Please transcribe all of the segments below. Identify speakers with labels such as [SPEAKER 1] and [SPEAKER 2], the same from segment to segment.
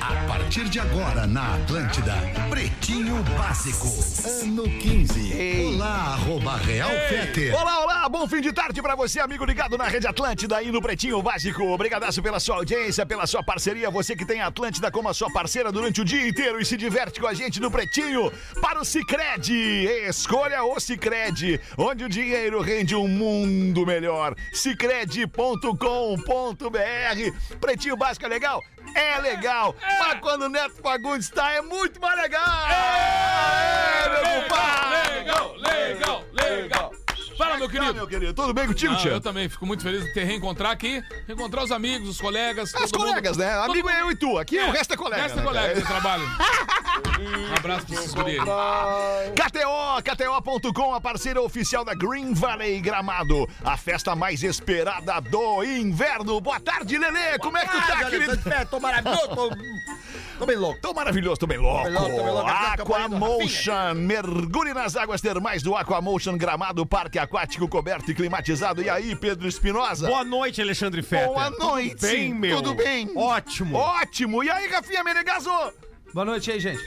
[SPEAKER 1] A partir de agora na Atlântida, Pretinho Básico, ano 15. Olá, arroba Real Fete.
[SPEAKER 2] Olá, olá, bom fim de tarde pra você, amigo ligado na Rede Atlântida e no Pretinho Básico. Obrigadaço pela sua audiência, pela sua parceria. Você que tem a Atlântida como a sua parceira durante o dia inteiro e se diverte com a gente no Pretinho para o Cicred. Escolha o Cicred, onde o dinheiro rende um mundo melhor. Cicred.com.br. Pretinho Básico é legal? É legal, mas quando o Neto Fagundes tá, é muito mais legal!
[SPEAKER 3] É.
[SPEAKER 2] Aê, meu compadre!
[SPEAKER 3] Legal, legal, legal. Fala, meu
[SPEAKER 2] Tá, meu
[SPEAKER 3] querido.
[SPEAKER 2] querido, tudo bem contigo,
[SPEAKER 3] Ah,
[SPEAKER 2] tia?
[SPEAKER 3] eu também fico muito feliz de te reencontrar aqui, reencontrar os amigos, os colegas.
[SPEAKER 2] As
[SPEAKER 3] todo
[SPEAKER 2] colegas,
[SPEAKER 3] mundo.
[SPEAKER 2] né?
[SPEAKER 3] Todo
[SPEAKER 2] Amigo
[SPEAKER 3] mundo.
[SPEAKER 2] é eu e tu. Aqui o resto é colega.
[SPEAKER 3] Essa
[SPEAKER 2] né,
[SPEAKER 3] é colega de
[SPEAKER 2] cara?
[SPEAKER 3] trabalho. Um abraço pra vocês, guri.
[SPEAKER 2] É. KTO, KTO.com, a parceira oficial da Green Valley Gramado. A festa mais esperada do inverno. Boa tarde, Lelê. Como é que tu tá, querido?
[SPEAKER 4] Tô maravilhoso, tô, tô bem louco.
[SPEAKER 2] Tô maravilhoso, tô bem louco.
[SPEAKER 4] Tô bem louco, tô bem louco. Aqui é o camarim do
[SPEAKER 2] Aquamotion, mergulhe nas águas termais do Aquamotion Gramado, parque aquático coberto e climatizado. E aí, Pedro Espinosa?
[SPEAKER 5] Boa noite, Alexandre Fetter.
[SPEAKER 2] Boa noite.
[SPEAKER 5] Tudo bem, meu?
[SPEAKER 2] Tudo bem?
[SPEAKER 5] Ótimo.
[SPEAKER 2] Ótimo. E aí, Rafinha Menegaso?
[SPEAKER 5] Boa noite aí, gente.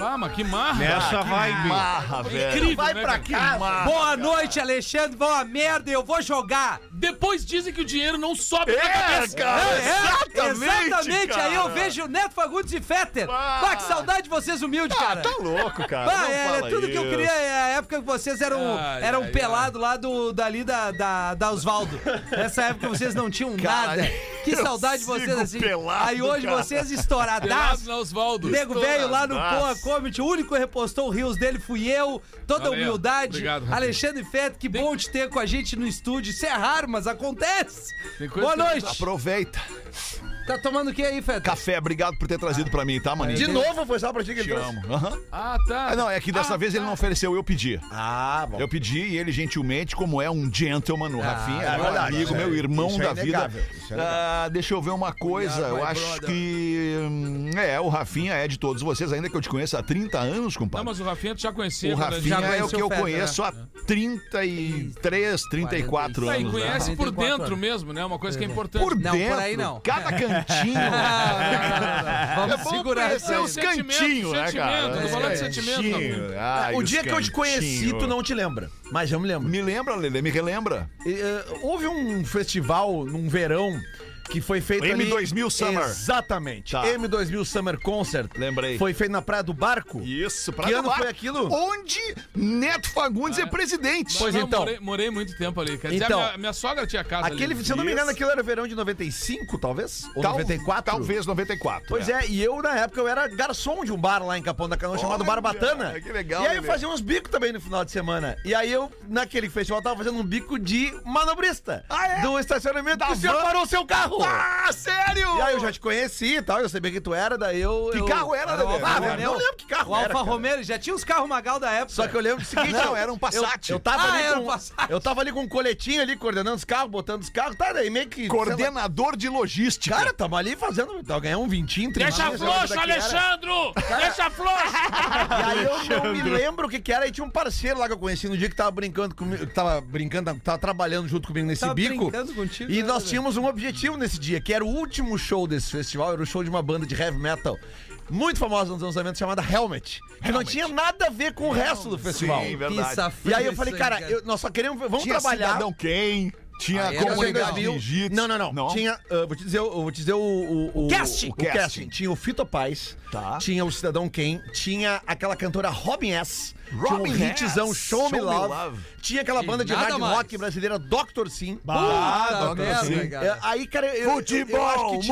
[SPEAKER 3] Ah, mas que marra.
[SPEAKER 2] Né?
[SPEAKER 5] Nessa vibe.
[SPEAKER 2] Marra, velho.
[SPEAKER 3] Incrível,
[SPEAKER 4] Vai
[SPEAKER 3] né,
[SPEAKER 4] pra
[SPEAKER 3] cara?
[SPEAKER 4] casa.
[SPEAKER 6] Boa noite, Alexandre. Boa merda, eu vou jogar.
[SPEAKER 3] Depois dizem que o dinheiro não sobe na
[SPEAKER 2] É,
[SPEAKER 3] cabeça.
[SPEAKER 2] cara,
[SPEAKER 6] exatamente.
[SPEAKER 2] cara.
[SPEAKER 6] Aí eu vejo o Neto Fagundes e Fetter.
[SPEAKER 2] Ah.
[SPEAKER 6] Bah, que saudade de vocês, humilde,
[SPEAKER 2] Ah,
[SPEAKER 6] cara.
[SPEAKER 2] tá louco, cara.
[SPEAKER 6] Bah,
[SPEAKER 2] Não
[SPEAKER 6] é,
[SPEAKER 2] fala
[SPEAKER 6] tudo que eu
[SPEAKER 2] isso.
[SPEAKER 6] queria é a época que vocês eram,
[SPEAKER 3] Ai,
[SPEAKER 6] eram
[SPEAKER 3] ai,
[SPEAKER 6] pelado lá do, dali da, da, da Osvaldo. Nessa época vocês não tinham
[SPEAKER 2] Cara,
[SPEAKER 6] nada. Que
[SPEAKER 2] eu
[SPEAKER 6] saudade de vocês
[SPEAKER 2] sigo
[SPEAKER 6] assim.
[SPEAKER 2] pelado,
[SPEAKER 6] Aí hoje
[SPEAKER 2] cara.
[SPEAKER 6] vocês
[SPEAKER 3] Pelado
[SPEAKER 6] estouradaço.
[SPEAKER 3] na Osvaldo.
[SPEAKER 6] Nego velho lá no
[SPEAKER 2] Estouradaço.
[SPEAKER 6] Poa Comedy, o único que repostou o rios dele fui eu, toda
[SPEAKER 3] Valeu.
[SPEAKER 6] humildade.
[SPEAKER 3] Obrigado, Rafinha.
[SPEAKER 6] Alexandre Fett, que bom te ter com a gente no estúdio. Isso é raro, mas acontece.
[SPEAKER 3] Tem coisa
[SPEAKER 6] Boa
[SPEAKER 3] que-
[SPEAKER 6] noite.
[SPEAKER 2] Aproveita.
[SPEAKER 6] Tá tomando o que aí, Fett?
[SPEAKER 2] Café, obrigado por ter trazido pra mim, tá, maninho?
[SPEAKER 4] De novo, foi só pra ti que
[SPEAKER 2] Te
[SPEAKER 4] ele trouxe.
[SPEAKER 2] amo. Aham.
[SPEAKER 3] Ah, tá.
[SPEAKER 2] Ah, não, é que dessa
[SPEAKER 3] Ah,
[SPEAKER 2] vez ele
[SPEAKER 3] tá.
[SPEAKER 2] não ofereceu, eu pedi.
[SPEAKER 4] Ah, bom.
[SPEAKER 2] Eu pedi e ele gentilmente, como é um gentleman, o Rafinha,
[SPEAKER 4] é
[SPEAKER 2] meu
[SPEAKER 4] verdade,
[SPEAKER 2] amigo,
[SPEAKER 4] isso
[SPEAKER 2] meu
[SPEAKER 4] é-
[SPEAKER 2] irmão
[SPEAKER 4] isso é
[SPEAKER 2] da vida.
[SPEAKER 4] inegável, isso é
[SPEAKER 2] Ah, deixa eu ver uma coisa, eu acho que. hum, É, o Rafinha é de todos vocês, ainda que eu te conheça há 30 anos,
[SPEAKER 3] Não,
[SPEAKER 2] compadre.
[SPEAKER 3] mas o Rafinha tu já conhecia.
[SPEAKER 2] o
[SPEAKER 3] cara,
[SPEAKER 2] Rafinha é
[SPEAKER 3] já
[SPEAKER 2] o
[SPEAKER 3] conheceu. né?
[SPEAKER 2] que eu
[SPEAKER 6] o Feta,
[SPEAKER 2] conheço há 33, 34
[SPEAKER 3] Ah, e
[SPEAKER 2] anos. né?
[SPEAKER 3] conhece por
[SPEAKER 6] 44
[SPEAKER 3] dentro
[SPEAKER 6] anos.
[SPEAKER 3] mesmo, né? Uma coisa que é importante.
[SPEAKER 2] Por
[SPEAKER 6] Não, por
[SPEAKER 2] dentro,
[SPEAKER 6] aí não.
[SPEAKER 2] cada cantinho.
[SPEAKER 6] Ah,
[SPEAKER 4] É
[SPEAKER 3] Ah,
[SPEAKER 6] Vamos
[SPEAKER 2] É bom
[SPEAKER 6] segurar
[SPEAKER 2] conhecer
[SPEAKER 6] essa aí.
[SPEAKER 2] os cantinhos, né, cara?
[SPEAKER 3] Sentimento,
[SPEAKER 6] tô falando de
[SPEAKER 3] sentimento,
[SPEAKER 2] Cantinho. Ai,
[SPEAKER 4] o
[SPEAKER 2] os
[SPEAKER 4] dia que eu te conheci,
[SPEAKER 2] cantinhos.
[SPEAKER 4] tu não te lembra. Mas eu me lembro.
[SPEAKER 2] Me lembra, Lele, me relembra.
[SPEAKER 4] Eh, houve um festival num verão que foi feito
[SPEAKER 2] O
[SPEAKER 4] ali-
[SPEAKER 2] M2000 Summer.
[SPEAKER 4] Exatamente.
[SPEAKER 2] Tá.
[SPEAKER 4] M2000 Summer Concert.
[SPEAKER 2] Lembrei.
[SPEAKER 4] Foi feito na Praia do Barco.
[SPEAKER 2] Isso, pra
[SPEAKER 4] Que ano
[SPEAKER 2] levar-
[SPEAKER 4] foi aquilo?
[SPEAKER 2] Onde Neto Fagundes é presidente.
[SPEAKER 4] Pois
[SPEAKER 3] Não,
[SPEAKER 4] então.
[SPEAKER 3] Morei, morei muito tempo ali. Quer dizer,
[SPEAKER 4] Então.
[SPEAKER 3] a minha, minha sogra tinha casa
[SPEAKER 4] Aquele,
[SPEAKER 3] ali. né?
[SPEAKER 4] se eu não me engano,
[SPEAKER 2] Isso.
[SPEAKER 4] aquilo era o verão de 95, talvez? Ou
[SPEAKER 2] Tal-
[SPEAKER 4] 94?
[SPEAKER 2] Talvez 94.
[SPEAKER 4] Pois é, e eu na época eu era garçom de um bar lá em Capão da Canoa chamado
[SPEAKER 2] Olha,
[SPEAKER 4] Bar Batana.
[SPEAKER 2] que legal, né,
[SPEAKER 4] E aí eu
[SPEAKER 2] Lelê.
[SPEAKER 4] fazia uns bicos também no final de semana. E aí eu, naquele festival, tava fazendo um bico de manobrista.
[SPEAKER 2] Ah, é?
[SPEAKER 4] Do estacionamento
[SPEAKER 2] Da
[SPEAKER 4] que o senhor
[SPEAKER 2] van.
[SPEAKER 4] parou o seu carro.
[SPEAKER 2] Ah, sério?
[SPEAKER 4] E aí eu já te conheci e tal, eu sabia que tu era, daí eu...
[SPEAKER 2] Que
[SPEAKER 4] eu-
[SPEAKER 2] carro era, Lelê?
[SPEAKER 4] Ah, velho, não lembro que carro
[SPEAKER 6] O
[SPEAKER 4] era.
[SPEAKER 6] Alfa
[SPEAKER 4] cara.
[SPEAKER 6] Romeo já tinha os carros Magal da época.
[SPEAKER 4] Só que eu lembro do seguinte...
[SPEAKER 2] Não,
[SPEAKER 4] eu-
[SPEAKER 2] era um Passat.
[SPEAKER 4] Eu, eu tava
[SPEAKER 6] Ah,
[SPEAKER 4] ali
[SPEAKER 6] era
[SPEAKER 4] com,
[SPEAKER 6] um Passat.
[SPEAKER 4] Eu tava ali com um coletinho ali, coordenando os carros, botando os carros, tá, daí meio que... sei lá,
[SPEAKER 2] Coordenador de logística.
[SPEAKER 4] Cara, tamo ali fazendo. Tá, ganhar um vintinho, trinta
[SPEAKER 3] Deixa
[SPEAKER 4] sei lá quanto
[SPEAKER 3] frouxo,
[SPEAKER 4] é que era.
[SPEAKER 3] Alexandre! Deixa frouxo!
[SPEAKER 4] E aí eu não me lembro o que, que era. E tinha um parceiro lá que eu conheci no dia que tava brincando comigo. Que tava brincando, que tava trabalhando junto comigo nesse
[SPEAKER 6] Tava
[SPEAKER 4] bico.
[SPEAKER 6] brincando contigo,
[SPEAKER 4] E
[SPEAKER 6] né,
[SPEAKER 4] nós
[SPEAKER 6] velho?
[SPEAKER 4] tínhamos um objetivo nesse dia, que era o último show desse festival, era o show de uma banda de heavy metal. Muito famosa nos lançamentos, chamada Helmet. Que não tinha nada a ver com o resto do festival.
[SPEAKER 2] Sim, verdade.
[SPEAKER 4] é e aí eu falei, cara, eu- nós só queremos. Vamos
[SPEAKER 2] Tinha
[SPEAKER 4] trabalhar.
[SPEAKER 2] cidadão quem? Tinha
[SPEAKER 6] Aí era
[SPEAKER 2] comunidade
[SPEAKER 4] legal.
[SPEAKER 2] jiu-jitsu.
[SPEAKER 4] Não, não, não. Tinha, ah, vou te dizer, o- eu vou te dizer o, o, o,
[SPEAKER 2] casting.
[SPEAKER 4] o
[SPEAKER 2] O casting.
[SPEAKER 4] casting. Tinha o Fito Paz,
[SPEAKER 2] Tá.
[SPEAKER 4] tinha o Cidadão Ken, tinha aquela cantora Robin S.
[SPEAKER 2] Robin
[SPEAKER 4] tinha um
[SPEAKER 2] S.
[SPEAKER 4] hitzão Show, Me Love. Tinha aquela banda de
[SPEAKER 6] nada
[SPEAKER 4] hard
[SPEAKER 6] mais.
[SPEAKER 4] rock brasileira Dr. Sim.
[SPEAKER 6] Ah,
[SPEAKER 2] sim.
[SPEAKER 4] É, aí, cara, eu- eu, eu acho que tinha- eu- eu-
[SPEAKER 2] roll.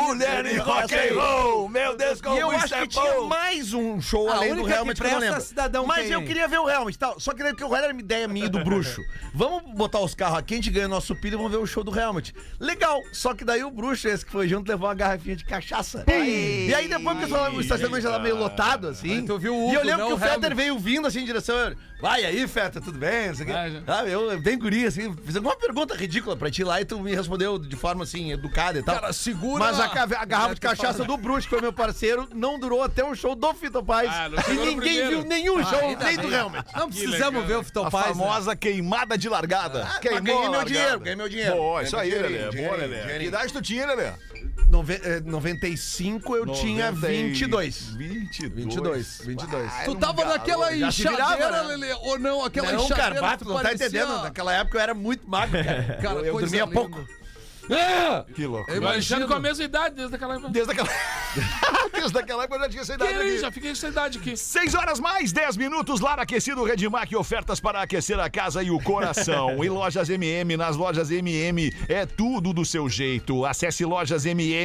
[SPEAKER 2] Meu Deus,
[SPEAKER 4] e eu
[SPEAKER 6] é
[SPEAKER 4] acho que tinha mais um show
[SPEAKER 6] A
[SPEAKER 4] além do
[SPEAKER 6] única que
[SPEAKER 4] Helmet que, eu não
[SPEAKER 6] presta
[SPEAKER 4] lembro.
[SPEAKER 6] é Cidadão
[SPEAKER 4] Mas
[SPEAKER 6] Kane.
[SPEAKER 4] eu queria ver o Helmet e tal. Só que que era uma ideia minha e do bruxo. Vamos botar os carros aqui, a gente ganha nosso pilha e vamos ver o show do Helmet. Legal. Só que daí o bruxo, esse que foi junto, levou uma garrafinha de cachaça. E aí depois que o estacionamento já tava meio lotado, assim.
[SPEAKER 6] Aí tu viu o
[SPEAKER 4] e eu
[SPEAKER 6] Hugo,
[SPEAKER 4] lembro
[SPEAKER 6] não
[SPEAKER 4] que o
[SPEAKER 6] o
[SPEAKER 4] Fetter
[SPEAKER 6] Helmet.
[SPEAKER 4] veio vindo assim em direção apareceu. eu, Vai aí, Feta, tudo bem? Isso aqui.
[SPEAKER 3] Vai, já.
[SPEAKER 4] Sabe, eu, eu bem guri, assim, fiz alguma pergunta ridícula pra ti lá e tu me respondeu de forma assim, educada e tal.
[SPEAKER 6] Cara, segura
[SPEAKER 4] Mas a,
[SPEAKER 6] lá.
[SPEAKER 4] cave- a garrafa de
[SPEAKER 6] Vai te
[SPEAKER 4] cachaça do Bruxo, que foi meu parceiro, não durou até o show do Fito Paz.
[SPEAKER 3] Ah, não
[SPEAKER 4] e
[SPEAKER 3] chegou no
[SPEAKER 4] ninguém
[SPEAKER 3] primeiro.
[SPEAKER 4] viu nenhum show,
[SPEAKER 6] Ah, ainda
[SPEAKER 4] nem do
[SPEAKER 6] bem.
[SPEAKER 4] Helmet.
[SPEAKER 6] Não precisamos
[SPEAKER 3] legal.
[SPEAKER 6] ver o Fitão
[SPEAKER 2] A
[SPEAKER 6] Paz. né?
[SPEAKER 2] famosa queimada de largada. Ah,
[SPEAKER 4] mas ganhei meu dinheiro, ganhei meu dinheiro.
[SPEAKER 2] Boa,
[SPEAKER 4] Ganhei
[SPEAKER 2] isso
[SPEAKER 4] meu
[SPEAKER 2] aí,
[SPEAKER 4] dinheirinho,
[SPEAKER 2] Lelê. Boa,
[SPEAKER 4] dinheirinho,
[SPEAKER 2] Lelê. Que
[SPEAKER 4] dinheirinho.
[SPEAKER 2] idade tu tinha, Lelê?
[SPEAKER 4] Nove- eh, 95 eu tinha 22.
[SPEAKER 2] 22.
[SPEAKER 4] 22, 22.
[SPEAKER 2] Ah, era
[SPEAKER 6] Tu
[SPEAKER 2] um
[SPEAKER 6] tava
[SPEAKER 2] garoto.
[SPEAKER 6] naquela
[SPEAKER 4] já se virava,
[SPEAKER 6] inchadeira,
[SPEAKER 4] né?
[SPEAKER 6] Lelê, ou não? Aquela
[SPEAKER 4] Não,
[SPEAKER 6] inchadeira
[SPEAKER 4] cara,
[SPEAKER 6] que
[SPEAKER 4] tu não tá
[SPEAKER 6] parecia-
[SPEAKER 4] entendendo. Naquela época eu era muito magro, cara.
[SPEAKER 6] Cara,
[SPEAKER 4] eu
[SPEAKER 6] coisa
[SPEAKER 4] dormia
[SPEAKER 6] linda.
[SPEAKER 4] pouco.
[SPEAKER 6] Ah!
[SPEAKER 4] É!
[SPEAKER 2] Que louco.
[SPEAKER 6] Eu
[SPEAKER 3] Alexandre
[SPEAKER 6] imagino
[SPEAKER 3] com a mesma idade desde aquela época.
[SPEAKER 2] Desde aquela... Desde aquela época eu já tinha essa idade
[SPEAKER 3] Ih,
[SPEAKER 2] aqui.
[SPEAKER 3] Já fiquei com essa idade aqui.
[SPEAKER 2] 6 horas mais 10 minutos, Lar Aquecido, Redmac, ofertas para aquecer a casa e o coração. e lojas MM, nas lojas MM, é tudo do seu jeito. Acesse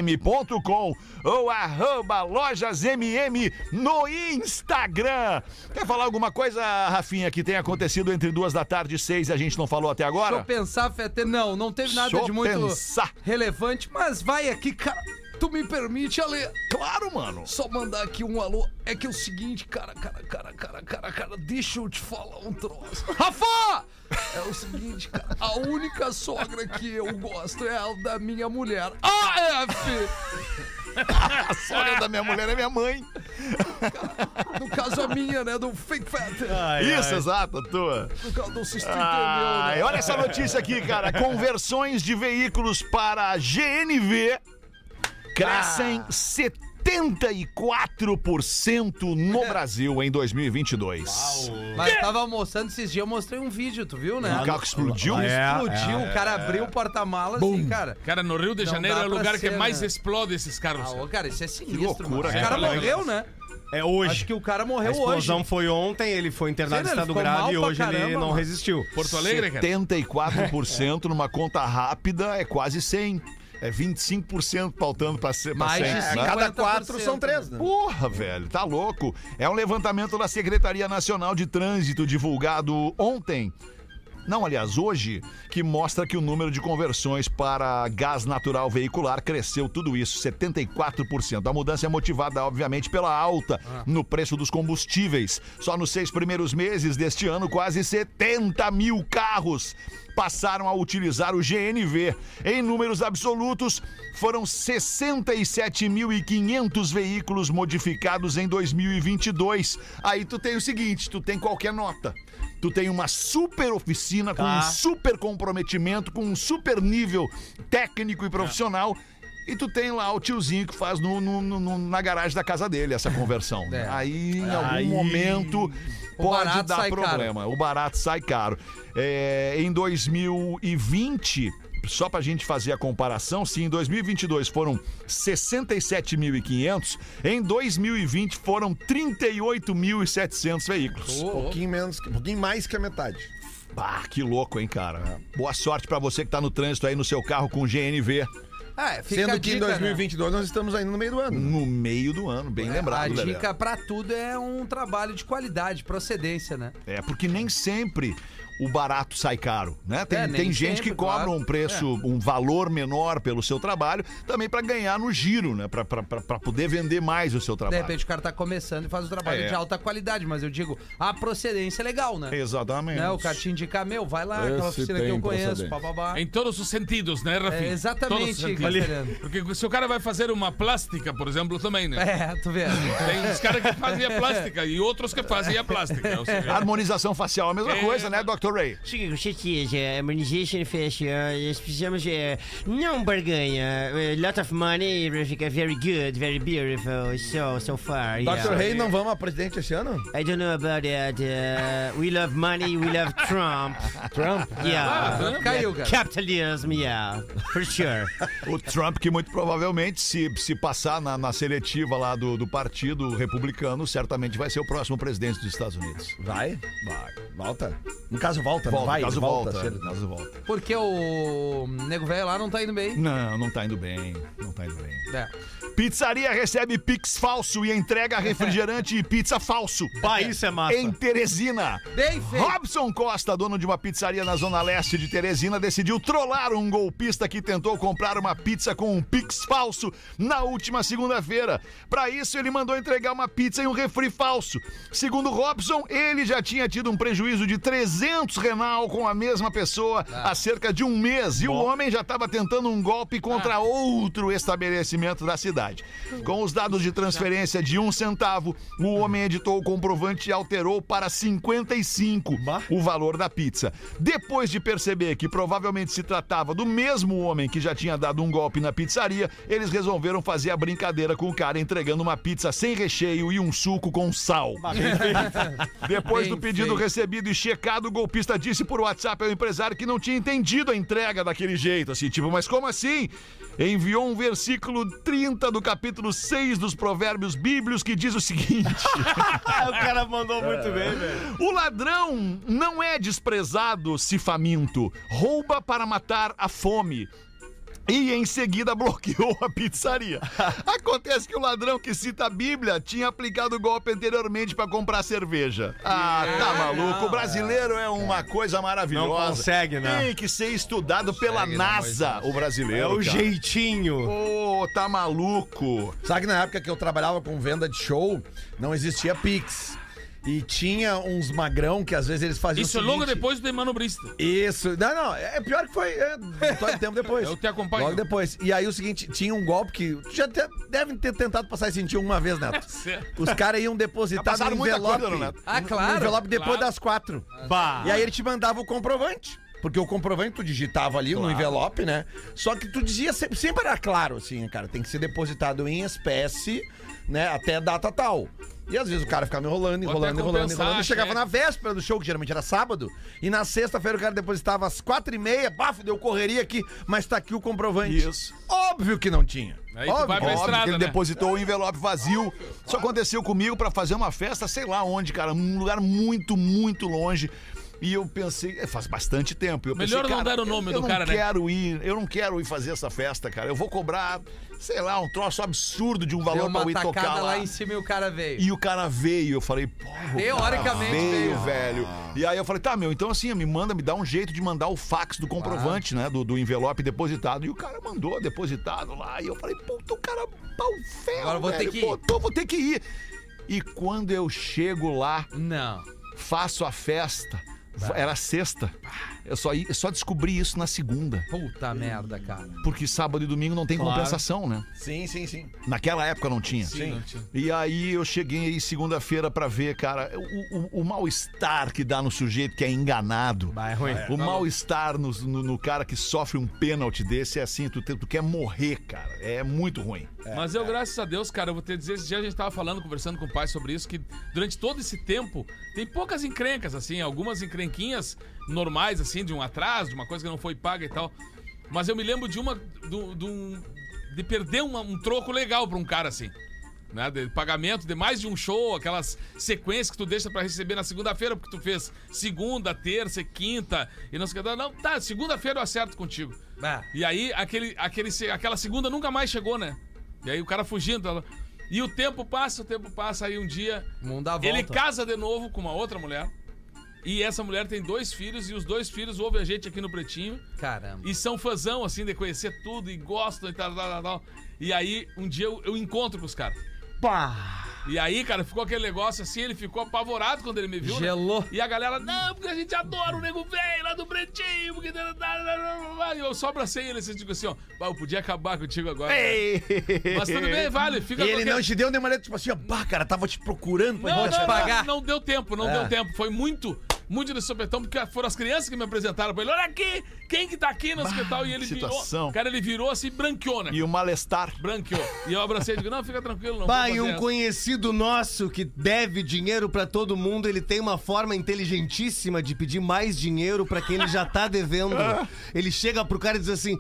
[SPEAKER 2] lojasmm.com ou arroba lojasmm no Instagram. Quer falar alguma coisa, Rafinha, que tenha acontecido entre duas da tarde e seis e a gente não falou até
[SPEAKER 6] Deixa eu
[SPEAKER 2] agora?
[SPEAKER 6] pensar, Fete. Não, não teve nada
[SPEAKER 2] Deixa eu
[SPEAKER 6] de muito
[SPEAKER 2] pensar.
[SPEAKER 6] relevante, mas vai aqui, cara. Tu me permite, Ale,
[SPEAKER 2] Claro, mano.
[SPEAKER 6] só mandar aqui um alô. É que é o seguinte, cara, cara, cara, cara, cara, cara, deixa eu te falar um troço. Rafa! É o seguinte, cara, a única sogra que eu gosto é a da minha mulher. AF!
[SPEAKER 2] A sogra da minha mulher é minha mãe.
[SPEAKER 6] No caso, a minha, né, do Fake Fete.
[SPEAKER 7] Ah, é.
[SPEAKER 2] Isso, exato, a tua.
[SPEAKER 6] No caso, não se tu entendeu, né?
[SPEAKER 2] Ai, olha essa notícia aqui, cara. Conversões de veículos para a GNV crescem
[SPEAKER 6] Ah.
[SPEAKER 2] 74% no Brasil em 2022.
[SPEAKER 6] Mas tava almoçando esses dias, eu mostrei um vídeo, tu viu, né?
[SPEAKER 2] O carro que explodiu?
[SPEAKER 7] Ah, é,
[SPEAKER 6] Explodiu,
[SPEAKER 2] É,
[SPEAKER 6] o cara abriu o porta-malas e, cara.
[SPEAKER 3] Cara, no Rio de
[SPEAKER 6] Não
[SPEAKER 3] Janeiro
[SPEAKER 6] dá
[SPEAKER 3] é o
[SPEAKER 6] pra
[SPEAKER 3] lugar que
[SPEAKER 6] ser,
[SPEAKER 3] mais
[SPEAKER 6] né?
[SPEAKER 3] explode esses
[SPEAKER 6] Ah,
[SPEAKER 3] carros.
[SPEAKER 6] ô, cara, isso é sinistro,
[SPEAKER 2] loucura,
[SPEAKER 6] mano.
[SPEAKER 2] é,
[SPEAKER 6] o cara
[SPEAKER 2] tá legal.
[SPEAKER 6] morreu, né?
[SPEAKER 7] É hoje.
[SPEAKER 6] Acho que o cara
[SPEAKER 7] a
[SPEAKER 6] morreu hoje.
[SPEAKER 7] explosão foi ontem, ele foi internado
[SPEAKER 6] Sim,
[SPEAKER 7] em
[SPEAKER 6] né? Ele
[SPEAKER 7] estado
[SPEAKER 6] ficou mal
[SPEAKER 7] grave e
[SPEAKER 6] pra
[SPEAKER 7] hoje ele
[SPEAKER 6] caramba,
[SPEAKER 7] não
[SPEAKER 6] mano.
[SPEAKER 7] resistiu.
[SPEAKER 3] Porto Alegre, cara.
[SPEAKER 2] 74% numa conta rápida é quase 100. É 25% faltando para ser pra
[SPEAKER 6] Mais de
[SPEAKER 2] 100, né?
[SPEAKER 6] 50%.
[SPEAKER 4] Cada quatro são três, né?
[SPEAKER 2] Porra, velho, tá louco. É um levantamento da Secretaria Nacional de Trânsito divulgado ontem. Não, aliás, hoje, que mostra que o número de conversões para gás natural veicular cresceu tudo isso, 74%. A mudança é motivada, obviamente, pela alta no preço dos combustíveis. Só nos seis primeiros meses deste ano, quase 70 mil carros passaram a utilizar o GNV. Em números absolutos, foram 67.500 veículos modificados em 2022. Aí tu tem o seguinte, tu tem qualquer nota. Tu tem uma super oficina
[SPEAKER 6] Tá.
[SPEAKER 2] com um super comprometimento, com um super nível técnico e profissional.
[SPEAKER 6] É.
[SPEAKER 2] E tu tem lá o tiozinho que faz no, no- no- no- na garagem da casa dele essa conversão.
[SPEAKER 6] É.
[SPEAKER 2] Aí, em algum momento,
[SPEAKER 6] O
[SPEAKER 2] pode
[SPEAKER 6] barato
[SPEAKER 2] dar
[SPEAKER 6] sai caro.
[SPEAKER 2] problema problema. O barato sai caro. É, em 2020, só pra gente fazer a comparação, se em 2022 foram 67.500, em 2020 foram 38.700 veículos.
[SPEAKER 6] Ô,
[SPEAKER 4] Um
[SPEAKER 6] ô,
[SPEAKER 4] pouquinho, menos, um pouquinho mais que a metade.
[SPEAKER 2] Bah, que louco, hein, cara? Boa sorte pra você que tá no trânsito aí no seu carro com GNV
[SPEAKER 6] Ah, é, fica a
[SPEAKER 4] Sendo que em
[SPEAKER 6] dica, né? Hum.
[SPEAKER 4] 2022 nós estamos ainda no meio do ano. né?
[SPEAKER 2] no meio do ano, bem
[SPEAKER 6] É, a
[SPEAKER 2] lembrado, Lelé.
[SPEAKER 6] dica pra tudo é um trabalho de qualidade, procedência, né?
[SPEAKER 2] É, porque nem sempre o barato sai caro, né? Tem,
[SPEAKER 6] É, nem
[SPEAKER 2] tem gente
[SPEAKER 6] sempre,
[SPEAKER 2] que cobra
[SPEAKER 6] claro. É.
[SPEAKER 2] um preço, um valor menor pelo seu trabalho, também para ganhar no giro, né? Para poder vender mais o seu
[SPEAKER 6] De
[SPEAKER 2] trabalho.
[SPEAKER 6] repente o cara tá começando e faz um trabalho
[SPEAKER 2] É.
[SPEAKER 6] de alta qualidade, mas eu digo, a procedência é legal, né?
[SPEAKER 2] Exatamente.
[SPEAKER 6] Né, O cara te indica, meu, vai lá, aquela oficina que eu conheço, papabá.
[SPEAKER 3] Em todos os sentidos, né, Rafinha?
[SPEAKER 6] É,
[SPEAKER 3] Todos os
[SPEAKER 6] exatamente,
[SPEAKER 3] sentidos.
[SPEAKER 6] Cristiano.
[SPEAKER 3] Porque se o cara vai fazer uma plástica, por exemplo, também, né?
[SPEAKER 6] É, tu vê.
[SPEAKER 3] Tem uns caras que fazem a plástica e outros que fazem a plástica. Ou seja,
[SPEAKER 2] Harmonização facial é a mesma
[SPEAKER 3] É.
[SPEAKER 2] coisa, né, Dr. Ray?
[SPEAKER 8] Чего хотите, harmonization fashion, э, причем же no barganha, a lot of money, Rafika, very good, very beautiful, so, so far, yeah.
[SPEAKER 4] Dr. Rei, não vamos a presidente esse ano?
[SPEAKER 8] I don't know about that, uh, we love money, we love Trump. Trump? Yeah.
[SPEAKER 6] Ah, Caiu, cara.
[SPEAKER 8] Capitalism, yeah, for sure.
[SPEAKER 2] O Trump, que muito provavelmente, se, se passar na, na seletiva lá do, do Partido Republicano, certamente vai ser o próximo presidente dos Estados Unidos.
[SPEAKER 4] Vai. Vai. Volta. No caso, volta. não vai,
[SPEAKER 2] caso
[SPEAKER 4] volta.
[SPEAKER 2] volta.
[SPEAKER 4] cedo.
[SPEAKER 2] Caso volta.
[SPEAKER 6] Porque o nego velho lá não tá indo bem.
[SPEAKER 2] Não, não tá indo bem. Não tá indo bem.
[SPEAKER 6] É.
[SPEAKER 2] Pizzaria recebe Pix falso e entrega refrigerante e pizza falso.
[SPEAKER 8] Pá, isso é massa.
[SPEAKER 2] Em Teresina.
[SPEAKER 6] Bem feito.
[SPEAKER 2] Robson Costa, dono de uma pizzaria na zona leste de Teresina, decidiu trollar um golpista que tentou comprar uma pizza com um Pix falso na última segunda-feira. Para isso, ele mandou entregar uma pizza e um refri falso. Segundo Robson, ele já tinha tido um prejuízo de 300 renal com a mesma pessoa
[SPEAKER 6] Ah.
[SPEAKER 2] há cerca de um mês e o homem já estava tentando um golpe contra
[SPEAKER 6] Ah.
[SPEAKER 2] outro estabelecimento da cidade. Com os dados de transferência de um centavo, o homem editou o comprovante e alterou para 55 o valor da pizza. Depois de perceber que provavelmente se tratava do mesmo homem que já tinha dado um golpe na pizzaria, eles resolveram fazer a brincadeira com o cara entregando uma pizza sem recheio e um suco com sal. Depois
[SPEAKER 6] Bem
[SPEAKER 2] do pedido
[SPEAKER 6] feito.
[SPEAKER 2] recebido e checado, o golpista disse por WhatsApp ao empresário que não tinha entendido a entrega daquele jeito. Assim, tipo, mas como assim? Enviou um versículo 30 do capítulo 6 dos Provérbios Bíblios que diz o seguinte:
[SPEAKER 8] o cara mandou muito bem, velho.
[SPEAKER 2] O ladrão não é desprezado se faminto, rouba para matar a fome. E em seguida bloqueou a pizzaria. Acontece que o ladrão que cita a Bíblia tinha aplicado o golpe anteriormente para comprar cerveja. Ah, tá maluco. O brasileiro é uma coisa maravilhosa.
[SPEAKER 8] É, Não consegue, né?
[SPEAKER 2] Tem que ser estudado pela
[SPEAKER 6] Consegue, né,
[SPEAKER 2] NASA, o brasileiro.
[SPEAKER 8] É o
[SPEAKER 2] cara.
[SPEAKER 8] jeitinho.
[SPEAKER 2] Ô, tá maluco.
[SPEAKER 4] Sabe que na época que eu trabalhava com venda de show, não existia Pix. E tinha uns magrão que às vezes eles faziam.
[SPEAKER 3] Isso
[SPEAKER 4] o
[SPEAKER 3] é logo
[SPEAKER 4] seguinte,
[SPEAKER 3] depois do Emanobrista.
[SPEAKER 4] Isso. Não, não. É pior que foi. É, só tempo depois.
[SPEAKER 3] Eu te acompanho.
[SPEAKER 4] Logo depois. E aí o seguinte: tinha um golpe que. Tu já te- devem ter tentado passar esse sentido uma vez, Neto. Os caras iam depositar
[SPEAKER 2] passaram
[SPEAKER 4] no
[SPEAKER 2] Tá muita
[SPEAKER 4] envelope.
[SPEAKER 2] coisa, né, Neto?
[SPEAKER 6] Ah,
[SPEAKER 4] no-
[SPEAKER 6] claro,
[SPEAKER 4] No envelope depois
[SPEAKER 3] claro.
[SPEAKER 4] das quatro.
[SPEAKER 8] Bah.
[SPEAKER 4] E aí ele te mandava o comprovante. Porque o comprovante tu digitava ali no envelope, né? Só que tu dizia sempre, sempre era claro, assim, cara, tem que ser depositado em espécie, né? Até data tal. E às vezes o cara ficava enrolando, enrolando, enrolando,
[SPEAKER 3] compensar,
[SPEAKER 4] enrolando. E chegava
[SPEAKER 3] chefe.
[SPEAKER 4] na véspera do show, que geralmente era sábado, e na sexta-feira o cara depositava às quatro e meia, bafo, deu correria aqui, mas tá aqui o comprovante.
[SPEAKER 2] Isso.
[SPEAKER 4] Óbvio que não tinha.
[SPEAKER 3] Aí tu
[SPEAKER 4] Óbvio.
[SPEAKER 3] vai pra
[SPEAKER 2] Óbvio que
[SPEAKER 3] estrada,
[SPEAKER 2] ele
[SPEAKER 3] né?
[SPEAKER 2] depositou o envelope vazio. Isso aconteceu comigo pra fazer uma festa, sei lá onde, cara, um lugar muito, muito longe. E eu pensei, é, faz bastante tempo. Eu
[SPEAKER 3] Melhor
[SPEAKER 2] pensei,
[SPEAKER 3] não
[SPEAKER 2] cara,
[SPEAKER 3] dar o nome
[SPEAKER 2] eu,
[SPEAKER 3] do
[SPEAKER 2] eu não
[SPEAKER 3] cara, né?
[SPEAKER 2] quero ir, eu não quero ir fazer essa festa, cara. Eu vou cobrar, sei lá, um troço absurdo de um
[SPEAKER 6] Deu
[SPEAKER 2] valor pra
[SPEAKER 6] uma
[SPEAKER 2] eu ir tocar
[SPEAKER 6] tacada
[SPEAKER 2] lá.
[SPEAKER 6] lá em cima e o cara veio.
[SPEAKER 2] E o cara veio, eu falei, pô, o
[SPEAKER 6] Teoricamente
[SPEAKER 2] cara veio,
[SPEAKER 6] veio.
[SPEAKER 2] velho. E aí eu falei, tá, meu, então assim, me manda, me dá um jeito de mandar o fax do comprovante, né? Do, do envelope depositado. E o cara mandou depositado lá. E eu falei, puta, o cara pau ferro.
[SPEAKER 6] Agora eu vou ter
[SPEAKER 2] velho,
[SPEAKER 6] que ir.
[SPEAKER 2] botou, vou ter que ir. E quando eu chego lá,
[SPEAKER 6] Não.
[SPEAKER 2] faço a festa. Era sexta. Eu só, eu só descobri isso na segunda.
[SPEAKER 6] Puta merda, cara.
[SPEAKER 2] Porque sábado e domingo não tem compensação, né?
[SPEAKER 4] Sim, sim, sim.
[SPEAKER 2] Naquela época não tinha.
[SPEAKER 3] Sim, não tinha.
[SPEAKER 2] E aí eu cheguei aí segunda-feira pra ver, cara, o, o- o mal-estar que dá no sujeito que é enganado.
[SPEAKER 8] É ruim.
[SPEAKER 2] o mal-estar no, no- no cara que sofre um pênalti desse é assim, tu, te- tu quer morrer, cara. É muito ruim.
[SPEAKER 3] Mas eu, graças a Deus, cara, eu vou te dizer, esse dia a gente tava falando, conversando com o pai sobre isso, que durante todo esse tempo tem poucas encrencas, assim, algumas encrenquinhas normais, assim, de um atraso, de uma coisa que não foi paga e tal. Mas eu me lembro de uma. do- de um- de perder uma- um troco legal pra um cara, assim. Né, de pagamento de mais de um show, aquelas sequências que tu deixa pra receber na segunda-feira, porque tu fez segunda, terça, e quinta e não sei o que. Não, tá, segunda-feira eu acerto contigo.
[SPEAKER 6] Ah.
[SPEAKER 3] E aí, aquele, aquele, se- aquela segunda nunca mais chegou, né? E aí o cara fugindo. ela- E o tempo passa, o tempo passa, aí um dia.
[SPEAKER 6] O mundo dá a volta.
[SPEAKER 3] Ele casa de novo com uma outra mulher. E essa mulher tem dois filhos, e os dois filhos ouvem a gente aqui no Pretinho.
[SPEAKER 6] Caramba.
[SPEAKER 3] E são fãzão, assim, de conhecer tudo e gostam e tal, tal, tal, tal. E aí, um dia eu, eu encontro com os caras. E aí, cara, ficou aquele negócio assim, ele ficou apavorado quando ele me viu. né?
[SPEAKER 6] Gelou.
[SPEAKER 3] E a galera, não, porque a gente adora o nego velho lá do Pretinho, porque... E eu só abracei ele assim, e digo assim, ó, "Bah, eu podia acabar contigo agora. Mas tudo bem, vale,
[SPEAKER 4] E
[SPEAKER 3] fica com é.
[SPEAKER 4] ele
[SPEAKER 3] aquele-
[SPEAKER 4] não te deu nenhuma letra, tipo assim, ó, bah, cara, tava te procurando pra
[SPEAKER 3] não,
[SPEAKER 4] gente
[SPEAKER 3] não,
[SPEAKER 6] pagar.
[SPEAKER 3] Não, não deu tempo,
[SPEAKER 2] É.
[SPEAKER 3] não deu tempo. Foi muito, muito de sopetão, porque foram as crianças que me apresentaram pra ele. Olha aqui, quem que tá aqui no hospital? E ele
[SPEAKER 2] situação.
[SPEAKER 3] virou. Cara, ele virou assim, branqueou, né?
[SPEAKER 2] E o mal-estar.
[SPEAKER 3] Branqueou. E eu abracei e digo, não, fica tranquilo, não.
[SPEAKER 8] Pai,
[SPEAKER 3] vou fazer
[SPEAKER 8] um
[SPEAKER 3] essa.
[SPEAKER 8] conhecido nosso que deve dinheiro pra todo mundo, ele tem uma forma inteligentíssima de pedir mais dinheiro pra quem ele já tá devendo. Ele chega pro cara e diz assim: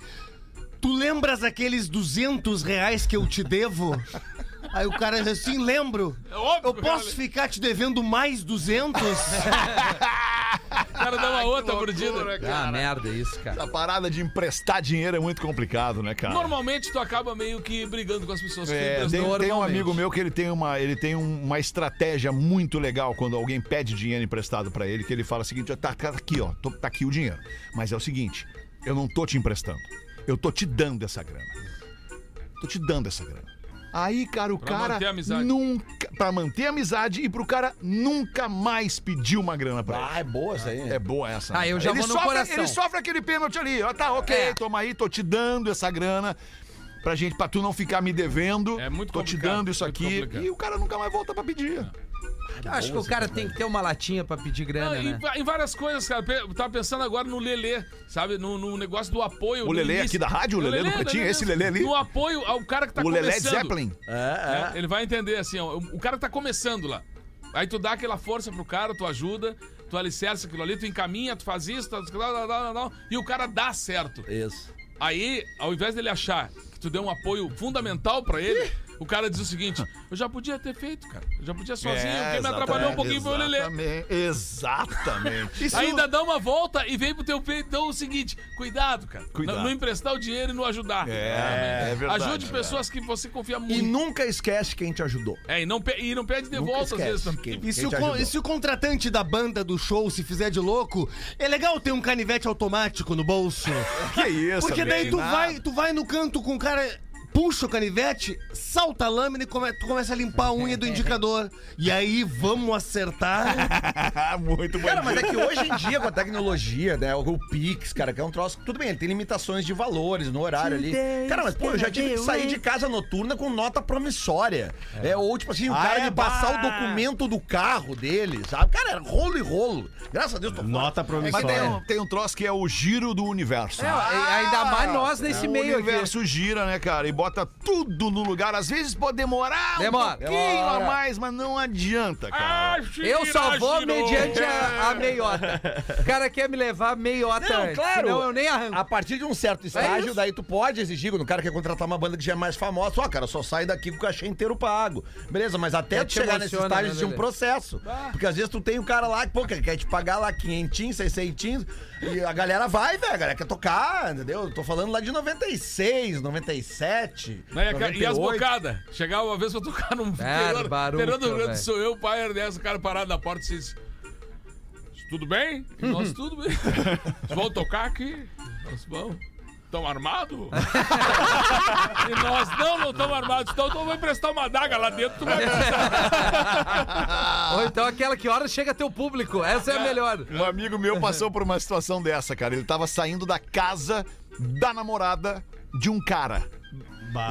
[SPEAKER 8] Tu lembras aqueles 200 reais que eu te devo? Aí o cara diz assim: Lembro.
[SPEAKER 3] É óbvio
[SPEAKER 8] Eu
[SPEAKER 3] que o cara
[SPEAKER 8] posso
[SPEAKER 3] lembra."
[SPEAKER 8] ficar te devendo mais 200?
[SPEAKER 3] cara dá uma outra mordida.
[SPEAKER 6] Ah, merda, isso, cara.
[SPEAKER 2] A parada de emprestar dinheiro é muito complicado, né, cara?
[SPEAKER 3] Normalmente tu acaba meio que brigando com as pessoas que
[SPEAKER 2] É,
[SPEAKER 3] tu
[SPEAKER 2] tem, tem
[SPEAKER 3] emprestou.
[SPEAKER 2] um
[SPEAKER 3] Normalmente.
[SPEAKER 2] amigo meu que ele tem, uma, ele tem um- uma estratégia muito legal quando alguém pede dinheiro emprestado pra ele, que ele fala o seguinte: ó, tá, tá aqui, ó, tô- tá aqui o dinheiro. Mas é o seguinte, eu não tô te emprestando, eu tô te dando essa grana. Tô te dando essa grana. Aí, cara, o
[SPEAKER 3] Pra
[SPEAKER 2] cara
[SPEAKER 3] manter a amizade.
[SPEAKER 2] nunca. Pra manter a amizade e pro cara nunca mais pedir uma grana pra ele.
[SPEAKER 4] Ah, é boa essa aí.
[SPEAKER 2] É boa essa.
[SPEAKER 6] Ah, eu já
[SPEAKER 2] ele
[SPEAKER 6] vou no
[SPEAKER 2] sofre,
[SPEAKER 6] coração.
[SPEAKER 2] Ele sofre aquele pênalti ali. Ó, tá, ok,
[SPEAKER 6] É.
[SPEAKER 2] toma aí, tô te dando essa grana. Pra gente, pra tu não ficar me devendo.
[SPEAKER 3] É muito
[SPEAKER 2] Tô te
[SPEAKER 3] complicado,
[SPEAKER 2] dando isso
[SPEAKER 3] muito
[SPEAKER 2] aqui.
[SPEAKER 3] complicado. É.
[SPEAKER 2] E o cara nunca mais volta pra pedir.
[SPEAKER 6] Eu acho que o cara
[SPEAKER 2] tá
[SPEAKER 6] tem que ter uma latinha pra pedir
[SPEAKER 3] Não,
[SPEAKER 6] grana,
[SPEAKER 3] em,
[SPEAKER 6] né?
[SPEAKER 3] va- em várias coisas, cara. Pe- Eu tava pensando agora no Lelê, sabe? No, no negócio do apoio.
[SPEAKER 2] O
[SPEAKER 3] do
[SPEAKER 2] Lelê
[SPEAKER 3] início.
[SPEAKER 2] aqui da rádio, o
[SPEAKER 3] É
[SPEAKER 2] Lelê do Pretinho,
[SPEAKER 3] Lelê
[SPEAKER 2] esse
[SPEAKER 3] mesmo.
[SPEAKER 2] Lelê ali?
[SPEAKER 3] No apoio ao cara que tá
[SPEAKER 2] o é
[SPEAKER 3] começando.
[SPEAKER 2] Lelé Zeppelin. É.
[SPEAKER 3] né? Ele vai entender, assim, ó, o o cara tá começando lá. Aí tu dá aquela força pro cara, tu ajuda, tu alicerça aquilo ali, tu encaminha, tu faz isso, tu... tal, tal, tal, tal, e o cara dá certo.
[SPEAKER 4] Isso.
[SPEAKER 3] Aí, ao invés dele achar que tu deu um apoio fundamental pra ele, o cara diz o seguinte: eu já podia ter feito, cara. Eu já podia sozinho, quem me atrapalhou um pouquinho foi o Lelê.
[SPEAKER 2] É, Exatamente. Exatamente.
[SPEAKER 9] Isso-
[SPEAKER 3] Ainda dá uma volta e vem pro teu peito. Então é o seguinte, cuidado, cara.
[SPEAKER 2] Cuidado.
[SPEAKER 3] Não, não emprestar o dinheiro e não ajudar.
[SPEAKER 2] É, é verdade.
[SPEAKER 3] Ajude pessoas que você confia
[SPEAKER 4] E
[SPEAKER 3] muito.
[SPEAKER 4] nunca esquece quem te ajudou.
[SPEAKER 3] É, e não, pe- e não pede de
[SPEAKER 4] Nunca
[SPEAKER 3] volta às
[SPEAKER 4] esquece
[SPEAKER 3] vezes também.
[SPEAKER 4] quem-
[SPEAKER 9] E se,
[SPEAKER 4] quem
[SPEAKER 9] o
[SPEAKER 4] te
[SPEAKER 9] con-
[SPEAKER 4] ajudou.
[SPEAKER 9] e se o contratante da banda do show se fizer de louco, é legal ter um canivete automático no bolso.
[SPEAKER 2] Que é isso, Ah,
[SPEAKER 9] Porque daí tu
[SPEAKER 2] Adriana?
[SPEAKER 9] vai, tu vai no canto com o cara, puxa o canivete, salta a lâmina e come- tu começa a limpar a unha do indicador. E aí, vamos acertar.
[SPEAKER 2] Ah, muito bom.
[SPEAKER 4] Cara, mas é que hoje em dia, com a tecnologia, né? O o Pix, cara, que é um troço. Tudo bem, ele tem limitações de valores no horário ali. Cara, mas pô, eu já tive que sair de casa noturna com nota promissória. É, ou, tipo assim, o
[SPEAKER 2] Ah,
[SPEAKER 4] cara
[SPEAKER 2] é?
[SPEAKER 4] me passar
[SPEAKER 2] Bah!
[SPEAKER 4] o documento do carro dele, sabe? Cara, era rolo e rolo. Graças a Deus, tô fora.
[SPEAKER 9] Nota
[SPEAKER 2] Mas tem um,
[SPEAKER 9] promissória.
[SPEAKER 2] tem um troço que é o giro do universo. É,
[SPEAKER 6] É, a- ainda mais nós nesse
[SPEAKER 2] o
[SPEAKER 6] meio aqui.
[SPEAKER 2] um universo gira, né, cara? E bota tudo no lugar. Às vezes pode demorar um
[SPEAKER 6] Demora.
[SPEAKER 2] pouquinho a mais, mas não
[SPEAKER 3] Ah,
[SPEAKER 2] adianta, cara.
[SPEAKER 6] Eu só vou
[SPEAKER 3] girou.
[SPEAKER 6] mediante a, a meiota. O cara quer me levar meiota.
[SPEAKER 4] Não,
[SPEAKER 6] antes,
[SPEAKER 4] claro.
[SPEAKER 6] Senão eu nem arranco.
[SPEAKER 4] A partir de um
[SPEAKER 6] É
[SPEAKER 4] certo estágio, daí tu pode exigir, quando o cara quer contratar uma banda que já é mais famosa, ó, cara, só sai daqui com o cachê inteiro pago. Beleza, mas até
[SPEAKER 6] É,
[SPEAKER 4] tu
[SPEAKER 6] te
[SPEAKER 4] chegar nesse
[SPEAKER 6] emociona,
[SPEAKER 4] estágio
[SPEAKER 6] né,
[SPEAKER 4] de um
[SPEAKER 6] Lelê?
[SPEAKER 4] processo. Porque às vezes tu tem um cara lá que, pô, que quer te pagar lá 500, 600, e a galera vai, velho, a galera quer tocar, entendeu? Eu tô falando lá de 96, 97,
[SPEAKER 3] Né, e a ca- E as
[SPEAKER 4] 98.
[SPEAKER 3] bocadas? Chegava uma vez pra tocar num interior,
[SPEAKER 6] barulho,
[SPEAKER 3] interior do Rio Grande do
[SPEAKER 6] velho.
[SPEAKER 3] Sul, eu, pai Ernesto, o cara parado na porta e disse: Tudo bem? E nós tudo bem. Vocês vão tocar aqui? Nós vamos. Estão armados? e nós, não, não estamos armados. Então eu vou emprestar uma daga lá dentro, tu vai emprestar.
[SPEAKER 2] Ah.
[SPEAKER 6] Ou então aquela que hora chega teu público. Essa é a melhor.
[SPEAKER 2] Um amigo meu passou por uma situação dessa, cara. Ele tava saindo da casa da namorada de um cara.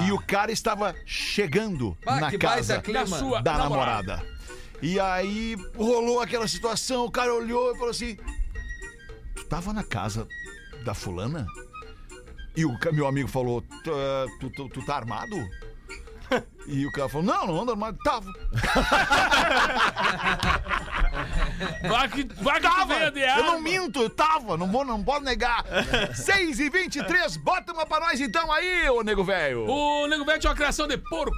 [SPEAKER 2] E o cara estava chegando
[SPEAKER 6] Bah,
[SPEAKER 2] na
[SPEAKER 6] que
[SPEAKER 2] casa
[SPEAKER 6] baita clima.
[SPEAKER 3] Na sua
[SPEAKER 2] da
[SPEAKER 3] namorada.
[SPEAKER 2] namorada. E aí rolou aquela situação, o cara olhou e falou assim: Tu tava na casa da fulana? E o ca- meu amigo falou: "Tu, eh, tu, tu, tu tá armado? E o cara falou: Não, não ando armado. Tava.
[SPEAKER 3] Vai que, vai que tu
[SPEAKER 2] Tava!
[SPEAKER 3] venha de
[SPEAKER 2] Eu não
[SPEAKER 3] arma.
[SPEAKER 2] minto, eu tava, não vou, não posso negar. 6 e 23 bota uma pra nós então aí, ô nego velho.
[SPEAKER 3] O Nego Velho tinha uma criação de porco.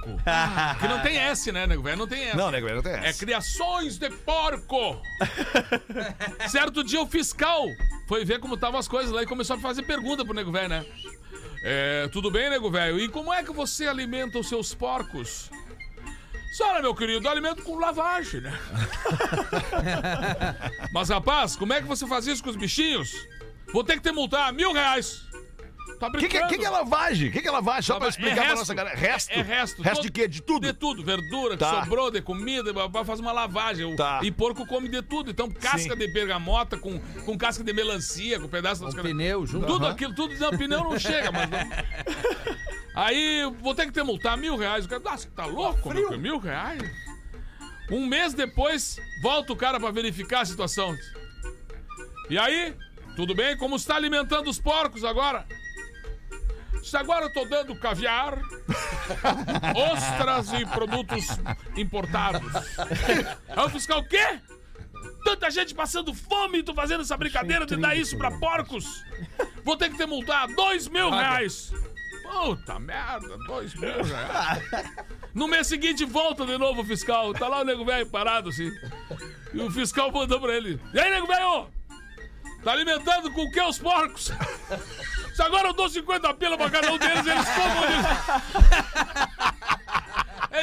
[SPEAKER 3] que não tem S, né, Nego Velho? Não tem S.
[SPEAKER 2] Não, nego velho, até
[SPEAKER 3] É criações de porco! certo dia o fiscal foi ver como estavam as coisas lá e começou a fazer pergunta pro nego velho, né? É, tudo bem, nego velho? E como é que você alimenta os seus porcos? Senhora, meu querido, eu alimento com lavagem, né? Mas, rapaz, como é que você faz isso com os bichinhos? Vou ter que te multar mil reais. Tá
[SPEAKER 2] O que,
[SPEAKER 3] brincando?
[SPEAKER 2] que, que, que é lavagem? O que, que é lavagem? Só pra explicar pra nossa galera. Resto?
[SPEAKER 3] É, é resto.
[SPEAKER 2] Resto
[SPEAKER 3] Todo-
[SPEAKER 2] de quê? De tudo?
[SPEAKER 3] De tudo. Verdura,
[SPEAKER 2] Tá.
[SPEAKER 3] que sobrou, de comida, blá, blá, faz uma lavagem. O-
[SPEAKER 2] Tá.
[SPEAKER 3] E porco come de tudo. Então, casca
[SPEAKER 2] Sim.
[SPEAKER 3] de bergamota com, com casca de melancia, com pedaço das
[SPEAKER 6] Um
[SPEAKER 3] coisas.
[SPEAKER 6] pneu junto.
[SPEAKER 3] Tudo aquilo, tudo. Não, pneu não chega, mas. Não. Aí, vou ter que ter multar mil reais. O cara, nossa, tá louco, meu, que mil reais? Um mês depois, volta o cara pra verificar a situação. E aí, tudo bem? Como está alimentando os porcos agora? Se agora eu tô dando caviar, ostras e produtos importados. Aí o fiscal, o quê? Tanta gente passando fome e tu fazendo essa brincadeira de dar isso pra porcos? Vou ter que te multar dois mil reais. Puta merda, dois mil reais. No mês seguinte volta de novo o fiscal. Tá lá o nego velho parado assim. E o fiscal mandou pra ele. E aí, nego velho? Tá alimentando com o que os porcos? Se agora eu dou 50 pila pra cada um deles, eles comam isso.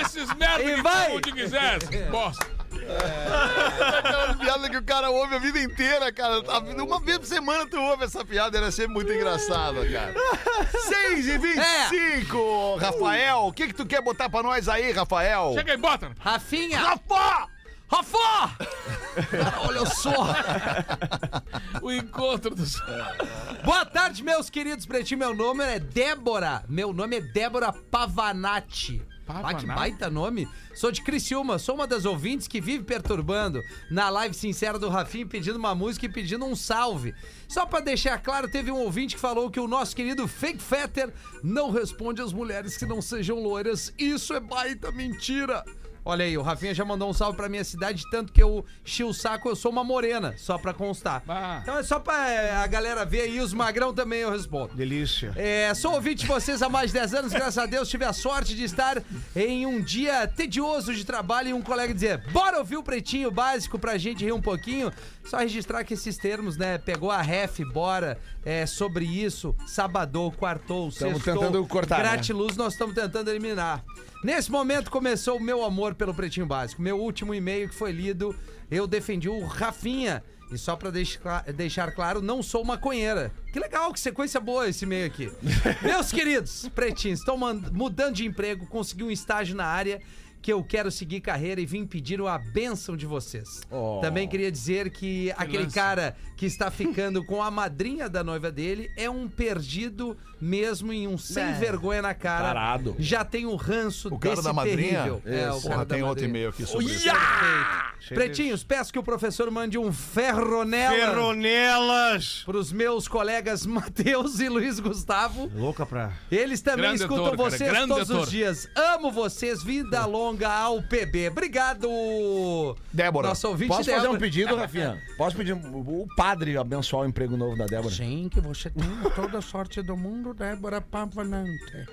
[SPEAKER 3] Esses merda
[SPEAKER 6] E
[SPEAKER 3] que
[SPEAKER 6] vai.
[SPEAKER 3] comam o que quiser, esses bosta.
[SPEAKER 2] Aquela piada que o cara ouve a vida inteira, cara. A vida- Uma vez por semana tu ouve essa piada, era sempre muito engraçada, cara. 6 e 25, Rafael. O que que tu quer botar pra nós aí, Rafael?
[SPEAKER 3] É. Chega aí, bota.
[SPEAKER 6] Rafinha!
[SPEAKER 2] Rafa!
[SPEAKER 6] Rafa! Olha só!
[SPEAKER 3] O encontro dos...
[SPEAKER 6] Boa tarde, meus queridos pretinhos. Meu nome é Débora. Meu nome é Débora Pavanati. Ah,
[SPEAKER 3] Pavanati?
[SPEAKER 6] que baita nome. Sou de Criciúma, sou uma das ouvintes que vive perturbando na live sincera do Rafinha, pedindo uma música e pedindo um salve. Só pra deixar claro, teve um ouvinte que falou que o nosso querido Fake Fetter não responde às mulheres que não sejam loiras. Isso é baita mentira. Olha aí, o Rafinha já mandou um salve pra minha cidade, tanto que eu chi o saco, eu sou uma morena, só pra constar.
[SPEAKER 3] Ah.
[SPEAKER 6] Então é só pra eh, a galera ver aí, os magrão também eu respondo.
[SPEAKER 9] Delícia.
[SPEAKER 6] É, sou ouvinte de vocês há mais de 10 anos, graças a Deus tive a sorte de estar em um dia tedioso de trabalho e um colega dizer: Bora ouvir o pretinho básico pra gente rir um pouquinho. Só registrar que esses termos, né? Pegou a ref, bora, é, sobre isso, sabadou, quartou, sextou.
[SPEAKER 4] tentando cortar, né?
[SPEAKER 6] Gratiluz, nós estamos tentando eliminar. Nesse momento começou o meu amor pelo pretinho básico. Meu último e-mail que foi lido, eu defendi o Rafinha. E só pra deixar, deixar claro, não sou maconheira. Que legal, que sequência boa esse e-mail aqui. Meus queridos, pretinhos, estou man- mudando de emprego, consegui um estágio na área que eu quero seguir carreira e vim pedir a benção de vocês. Também queria dizer que aquele
[SPEAKER 3] lance.
[SPEAKER 6] cara que está ficando com a madrinha da noiva dele é um perdido mesmo e um sem
[SPEAKER 3] É,
[SPEAKER 6] vergonha na cara.
[SPEAKER 4] Tarado.
[SPEAKER 6] Já tem um ranço
[SPEAKER 2] O cara
[SPEAKER 6] desse
[SPEAKER 2] da madrinha?
[SPEAKER 6] terrível. É, o cara
[SPEAKER 2] Porra,
[SPEAKER 6] da
[SPEAKER 2] tem outro
[SPEAKER 6] madrinha.
[SPEAKER 2] e-mail aqui sobre isso.
[SPEAKER 6] Perfeito. Pretinhos, peço que o professor mande um ferronela
[SPEAKER 9] Ferronelas!
[SPEAKER 6] para os meus colegas Matheus e Luiz Gustavo.
[SPEAKER 9] Louca pra.
[SPEAKER 6] Eles também
[SPEAKER 3] É Grande
[SPEAKER 6] escutam
[SPEAKER 3] ator, cara,
[SPEAKER 6] vocês
[SPEAKER 3] grande
[SPEAKER 6] todos os
[SPEAKER 3] ator.
[SPEAKER 6] dias. Amo vocês, vida longa ao PB. Obrigado,
[SPEAKER 2] Débora.
[SPEAKER 6] nosso ouvinte
[SPEAKER 4] Posso fazer
[SPEAKER 6] Débora.
[SPEAKER 4] um pedido, Rafinha? Posso pedir um, o padre abençoar o emprego novo da Débora?
[SPEAKER 10] Sim, que você tem toda a sorte do mundo, Débora Pavanante.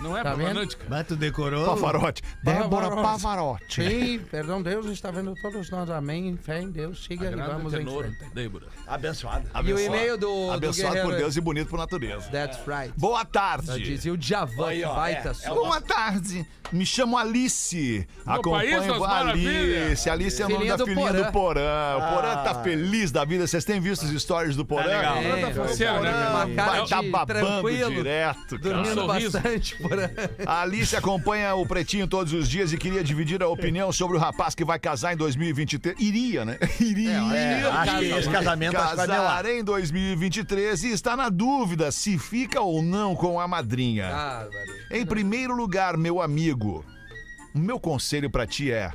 [SPEAKER 3] Não é
[SPEAKER 10] Tá vendo?
[SPEAKER 3] problemático.
[SPEAKER 9] Mas tu decorou?
[SPEAKER 2] Pavarotti. Débora Pavarotti.
[SPEAKER 10] Sim, perdão, Deus está vendo todos nós. Amém. Fé em Deus. Siga e vamos em
[SPEAKER 3] tenor,
[SPEAKER 10] frente.
[SPEAKER 3] é Débora.
[SPEAKER 4] Abençoada.
[SPEAKER 6] E o e-mail do- do
[SPEAKER 2] Abençoado por
[SPEAKER 6] Guerreiro. é
[SPEAKER 2] Deus e bonito por natureza.
[SPEAKER 6] That's right.
[SPEAKER 2] Boa
[SPEAKER 6] Já
[SPEAKER 2] tarde.
[SPEAKER 6] dizia o Djavan,
[SPEAKER 4] Aí,
[SPEAKER 6] que
[SPEAKER 4] ó,
[SPEAKER 6] baita
[SPEAKER 4] é, é
[SPEAKER 6] som.
[SPEAKER 4] o
[SPEAKER 2] Boa tarde. Me chamo Alice.
[SPEAKER 3] País
[SPEAKER 2] Acompanho
[SPEAKER 3] das
[SPEAKER 2] a Alice.
[SPEAKER 3] Maravilhas.
[SPEAKER 2] Alice é o nome
[SPEAKER 6] Filhinha
[SPEAKER 2] da
[SPEAKER 6] do
[SPEAKER 2] filhinha do
[SPEAKER 6] Porã.
[SPEAKER 2] Porã. O Porã tá feliz da vida. Vocês têm visto os stories do Porã?
[SPEAKER 4] legal.
[SPEAKER 2] O Porã
[SPEAKER 6] É,
[SPEAKER 2] tá
[SPEAKER 3] parceiro, né,
[SPEAKER 2] feliz.
[SPEAKER 3] cara?
[SPEAKER 2] Vai
[SPEAKER 6] Cara
[SPEAKER 2] tá
[SPEAKER 6] de
[SPEAKER 2] babando
[SPEAKER 6] tranquilo,
[SPEAKER 2] direto, cara.
[SPEAKER 6] Dormindo
[SPEAKER 3] Um sorriso.
[SPEAKER 6] bastante por aí.
[SPEAKER 2] A Alice acompanha o Pretinho todos os dias e queria dividir a opinião sobre o rapaz que vai casar em 2023. Iria, né? Iria.
[SPEAKER 4] Ah, acho que esse casamento acho que vai demorar.
[SPEAKER 2] Casar em 2023 e está na dúvida se fica ou não com a madrinha.
[SPEAKER 6] Ah, velho.
[SPEAKER 2] Em primeiro lugar, meu amigo, o meu conselho pra ti é: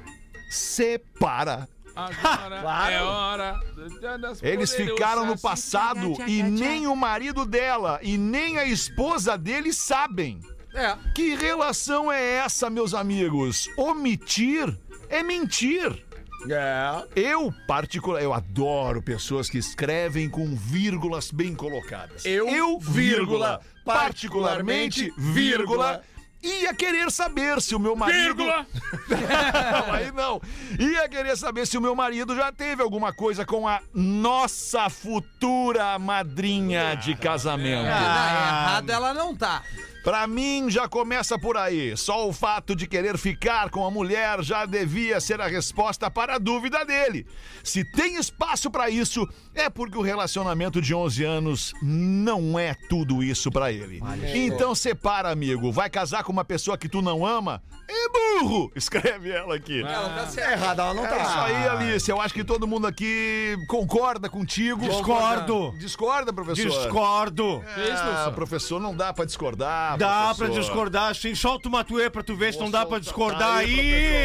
[SPEAKER 2] separa.
[SPEAKER 3] Agora
[SPEAKER 4] Claro.
[SPEAKER 3] é hora da- das
[SPEAKER 2] Eles
[SPEAKER 3] poderosas.
[SPEAKER 2] ficaram no passado e nem o marido dela e nem a esposa dele sabem.
[SPEAKER 6] É.
[SPEAKER 2] Que relação é essa, meus amigos? Omitir é mentir.
[SPEAKER 4] É.
[SPEAKER 2] Eu, particular, eu adoro pessoas que escrevem com vírgulas bem colocadas.
[SPEAKER 4] Eu, vírgula,
[SPEAKER 2] particularmente, vírgula, ia querer saber se o meu marido.
[SPEAKER 3] Vírgula!
[SPEAKER 2] Não, aí não. Ia querer saber se o meu marido já teve alguma coisa com a nossa futura madrinha de casamento.
[SPEAKER 6] Porque na errado ela não tá.
[SPEAKER 2] Pra mim já começa por aí. Só o fato de querer ficar com a mulher já devia ser a resposta para a dúvida dele. Se tem espaço pra isso, é porque o relacionamento de 11 anos não é tudo isso pra ele. Então separa, amigo. Vai casar com uma pessoa que tu não ama? É burro, escreve ela aqui.
[SPEAKER 6] Ela tá certa.
[SPEAKER 4] É errado, ela não
[SPEAKER 2] É
[SPEAKER 4] tá.
[SPEAKER 2] isso aí, Alice. Eu acho que todo mundo aqui concorda contigo.
[SPEAKER 9] Discordo.
[SPEAKER 2] Discorda, professor.
[SPEAKER 9] Discordo!
[SPEAKER 3] É,
[SPEAKER 2] Ah, professor, não dá pra discordar.
[SPEAKER 9] Dá pra
[SPEAKER 2] professor.
[SPEAKER 9] discordar, sim. Solta o Matuê pra tu ver se não dá pra
[SPEAKER 3] Tá
[SPEAKER 9] discordar aí.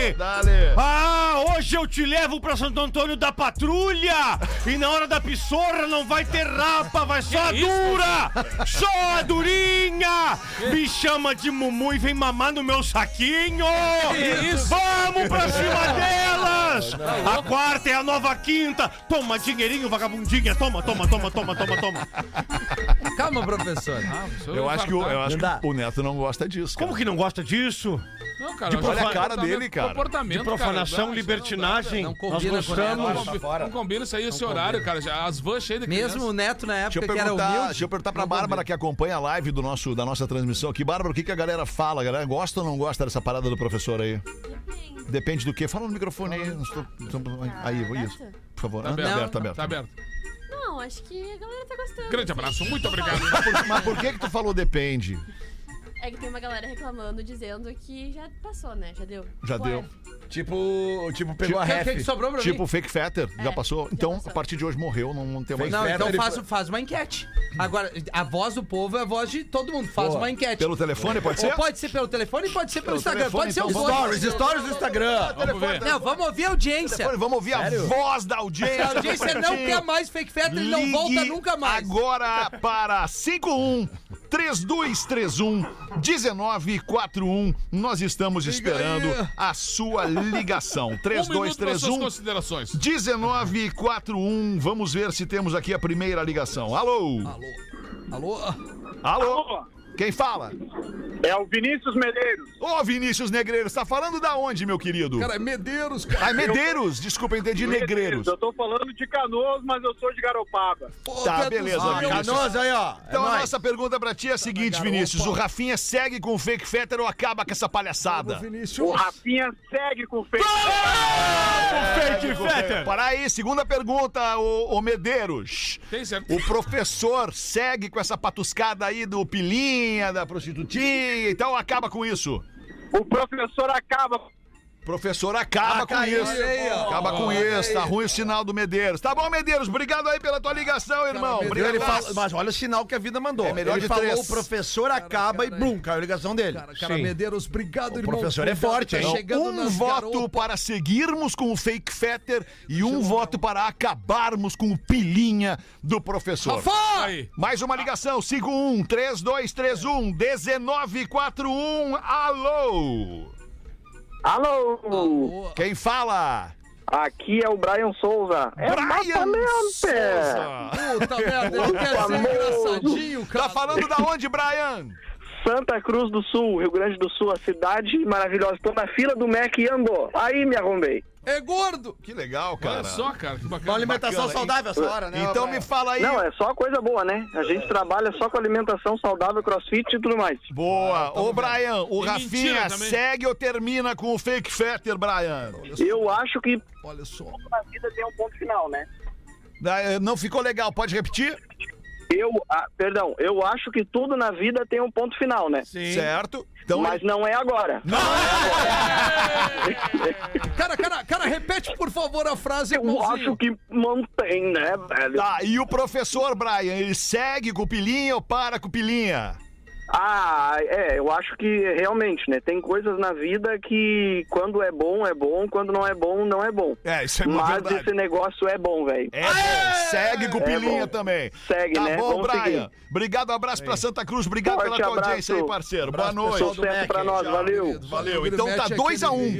[SPEAKER 2] Aí, Dale.
[SPEAKER 9] Ah, hoje eu te levo pra Santo Antônio da Patrulha! E na hora da pissorra não vai ter rapa, vai só a dura! Só a durinha! Me chama de Mumu e vem mamar no meu saquinho!
[SPEAKER 3] Que isso?
[SPEAKER 9] Vamos pra cima delas!
[SPEAKER 11] sexta, a quarta é a nova quinta. Toma, dinheirinho, vagabundinha. Toma, toma, toma, toma, toma, toma.
[SPEAKER 6] Calma, professor.
[SPEAKER 2] Eu acho que, o- eu acho que o Neto não gosta disso. cara.
[SPEAKER 11] Como que não gosta disso?
[SPEAKER 3] Não, cara,
[SPEAKER 11] De
[SPEAKER 3] eu acho
[SPEAKER 2] olha a
[SPEAKER 3] que
[SPEAKER 2] cara
[SPEAKER 3] comportamento-
[SPEAKER 2] dele, cara.
[SPEAKER 3] Comportamento,
[SPEAKER 11] De
[SPEAKER 3] cara,
[SPEAKER 11] profanação,
[SPEAKER 3] dá- isso não dá,
[SPEAKER 11] libertinagem,
[SPEAKER 3] não
[SPEAKER 11] nós
[SPEAKER 3] combina com-
[SPEAKER 11] gostamos.
[SPEAKER 3] Não combi- Não combina isso aí, esse horário, cara. já- As vans cheias de
[SPEAKER 6] Mesmo o
[SPEAKER 3] criança. Tá
[SPEAKER 6] Neto na
[SPEAKER 2] Deixa
[SPEAKER 6] época
[SPEAKER 2] eu,
[SPEAKER 6] que era humilde.
[SPEAKER 2] perguntar, deixa eu perguntar pra
[SPEAKER 6] não
[SPEAKER 2] Bárbara,
[SPEAKER 6] combina.
[SPEAKER 2] que acompanha a live do nosso, da nossa transmissão aqui. Bárbara, o que, que a galera fala? A galera gosta ou não gosta dessa parada do professor aí? Depende. Depende do quê? Fala no microfone aí. Não estou- não estou- aí, isso. Por favor. Ah, Tá
[SPEAKER 3] aberto.
[SPEAKER 2] aberto, tá aberto.
[SPEAKER 3] Tá aberto.
[SPEAKER 12] Não, acho que a galera tá gostando.
[SPEAKER 3] Grande abraço, muito obrigado.
[SPEAKER 2] Por- mas por que que tu falou depende?
[SPEAKER 12] É que tem uma galera reclamando, dizendo que já passou, né? Já deu.
[SPEAKER 2] Já
[SPEAKER 12] Tipo,
[SPEAKER 2] deu.
[SPEAKER 12] é,
[SPEAKER 4] Tipo, tipo, pegou a
[SPEAKER 6] O é que, que que
[SPEAKER 4] ref.
[SPEAKER 6] sobrou pra
[SPEAKER 2] Tipo,
[SPEAKER 6] mim?
[SPEAKER 2] fake fetter, já
[SPEAKER 12] É,
[SPEAKER 2] passou?
[SPEAKER 12] já
[SPEAKER 2] Então,
[SPEAKER 12] passou.
[SPEAKER 2] a partir de hoje morreu, não, não tem mais...
[SPEAKER 6] Não,
[SPEAKER 4] Fera,
[SPEAKER 6] então
[SPEAKER 4] ele
[SPEAKER 6] faz,
[SPEAKER 4] foi-
[SPEAKER 6] faz uma enquete. Agora, a voz do povo é a voz de todo mundo. Faz
[SPEAKER 4] Boa.
[SPEAKER 6] uma enquete.
[SPEAKER 2] Pelo telefone, pode
[SPEAKER 6] Ou
[SPEAKER 2] ser?
[SPEAKER 6] pode ser pelo telefone, pode ser pelo,
[SPEAKER 2] Pelo
[SPEAKER 6] Instagram,
[SPEAKER 2] telefone,
[SPEAKER 6] pode ser os
[SPEAKER 2] então,
[SPEAKER 6] dois.
[SPEAKER 4] Stories, stories do Instagram.
[SPEAKER 3] Vamos ver.
[SPEAKER 6] Não, vamos ouvir a audiência.
[SPEAKER 2] Telefone, Vamos ouvir a voz da audiência.
[SPEAKER 6] A audiência não quer mais fake feta, ele não
[SPEAKER 2] Ligue
[SPEAKER 6] volta nunca mais.
[SPEAKER 2] Agora para 51 3231 1941. Nós estamos esperando a sua ligação.
[SPEAKER 3] um minuto para suas
[SPEAKER 2] 3231
[SPEAKER 3] considerações.
[SPEAKER 2] 1941. Vamos ver se temos aqui a primeira ligação. Alô?
[SPEAKER 6] Alô? Alô?
[SPEAKER 2] Alô? Quem fala?
[SPEAKER 11] É o Vinícius Medeiros.
[SPEAKER 2] Ô, Vinícius Negreiros, tá falando da onde, meu querido?
[SPEAKER 6] Cara, é Medeiros, cara.
[SPEAKER 2] Ai, Medeiros, desculpa, eu entendi Negreiros.
[SPEAKER 11] tô falando de Canoas, mas eu sou de Garopaba.
[SPEAKER 6] Pô,
[SPEAKER 2] Tá,
[SPEAKER 6] Pedro,
[SPEAKER 2] beleza,
[SPEAKER 6] olha,
[SPEAKER 2] Vinícius.
[SPEAKER 4] Canoas aí, ó. É
[SPEAKER 2] Então a
[SPEAKER 4] nóis.
[SPEAKER 2] nossa pergunta pra ti é a seguinte, Vinícius. O Rafinha segue com o fake fetter ou acaba com essa palhaçada?
[SPEAKER 11] O Rafinha segue com o feito.
[SPEAKER 2] Fake fetter. Para aí, segunda pergunta, ô, ô Medeiros.
[SPEAKER 3] Tem certo.
[SPEAKER 2] O professor segue com essa patuscada aí do pilinha, da prostitutinha e tal, acaba com isso.
[SPEAKER 11] O professor acaba.
[SPEAKER 2] Professor, acaba com isso. acaba com isso, tá ruim o sinal do Medeiros. Tá bom, Medeiros, obrigado aí pela tua ligação, irmão.
[SPEAKER 4] Entendeu?
[SPEAKER 2] Obrigado.
[SPEAKER 4] Ele fala- mas olha o sinal que a vida mandou.
[SPEAKER 2] É melhor
[SPEAKER 4] ele
[SPEAKER 2] de
[SPEAKER 4] falou,
[SPEAKER 2] três.
[SPEAKER 4] o professor acaba
[SPEAKER 6] cara,
[SPEAKER 4] e blum, caiu a ligação dele.
[SPEAKER 6] Cara, cara Medeiros, obrigado, irmão.
[SPEAKER 4] professor é
[SPEAKER 6] Obrigado,
[SPEAKER 4] forte,
[SPEAKER 6] tá
[SPEAKER 4] hein?
[SPEAKER 6] chegando
[SPEAKER 2] um
[SPEAKER 6] nas
[SPEAKER 2] voto
[SPEAKER 6] garotas.
[SPEAKER 2] para seguirmos com o fake fetter e um voto para acabarmos com o pilinha do professor.
[SPEAKER 6] Rafa!
[SPEAKER 3] Aí.
[SPEAKER 2] Mais uma ligação, 51 3231 1941. Alô!
[SPEAKER 11] Alô,
[SPEAKER 6] Boa.
[SPEAKER 2] Quem fala?
[SPEAKER 11] aqui é o Brian Souza. É
[SPEAKER 2] Brian
[SPEAKER 11] Matamente.
[SPEAKER 2] Souza.
[SPEAKER 6] Puta merda, ele quer ser engraçadinho, cara.
[SPEAKER 2] Tá falando da onde, Brian?
[SPEAKER 11] Santa Cruz do Sul, Rio Grande do Sul, a cidade maravilhosa. Tô na fila do Mac e andou. Aí me arrombei.
[SPEAKER 6] É gordo.
[SPEAKER 2] Que legal, cara.
[SPEAKER 3] Olha só, cara, que
[SPEAKER 4] Uma
[SPEAKER 3] bacana.
[SPEAKER 4] alimentação
[SPEAKER 2] Bacana,
[SPEAKER 4] saudável essa hora, né?
[SPEAKER 2] Então
[SPEAKER 4] Rafael?
[SPEAKER 2] me fala aí.
[SPEAKER 11] Não, é só coisa boa, né? A gente trabalha só com alimentação saudável, crossfit e tudo mais.
[SPEAKER 2] Boa. Ô, Brian, o
[SPEAKER 3] E
[SPEAKER 2] Rafinha
[SPEAKER 3] Ah, mentira também.
[SPEAKER 2] segue ou termina com o fake fetter, Brian?
[SPEAKER 11] Eu acho que
[SPEAKER 6] Olha só.
[SPEAKER 11] a vida tem um ponto final, né?
[SPEAKER 2] Ah, eh, Não ficou legal, pode repetir?
[SPEAKER 11] Eu, ah, perdão, eu acho que tudo na vida tem um ponto final, né?
[SPEAKER 2] Certo. Então,
[SPEAKER 11] Mas não é agora.
[SPEAKER 6] Cara, cara, cara, repete, por favor, a frase,
[SPEAKER 11] Eu
[SPEAKER 6] irmãozinho.
[SPEAKER 11] acho que mantém, né, velho?
[SPEAKER 2] Tá, e o professor, Brian, ele segue com o pilinha ou para com o pilinha?
[SPEAKER 11] Ah, é, eu acho que realmente, né? Tem coisas na vida que quando é bom, é bom, quando não é bom, não é bom.
[SPEAKER 2] É, isso é uma
[SPEAKER 11] Mas
[SPEAKER 2] verdade.
[SPEAKER 11] esse negócio é bom, velho.
[SPEAKER 2] É, bom, segue com o
[SPEAKER 11] É
[SPEAKER 2] pilinha
[SPEAKER 11] bom.
[SPEAKER 2] também.
[SPEAKER 11] Segue,
[SPEAKER 2] tá
[SPEAKER 11] né?
[SPEAKER 2] bom,
[SPEAKER 11] Vamos
[SPEAKER 2] Brian.
[SPEAKER 11] seguir.
[SPEAKER 2] Obrigado, um abraço pra Santa Cruz. Obrigado
[SPEAKER 11] Forte
[SPEAKER 2] pela tua
[SPEAKER 11] abraço.
[SPEAKER 2] audiência aí, parceiro. Boa
[SPEAKER 4] Abraço,
[SPEAKER 2] noite.
[SPEAKER 4] pessoal do
[SPEAKER 11] Sucesso
[SPEAKER 4] Mac,
[SPEAKER 11] pra nós,
[SPEAKER 4] tchau.
[SPEAKER 11] valeu.
[SPEAKER 2] Valeu. Então tá 2x1. Um.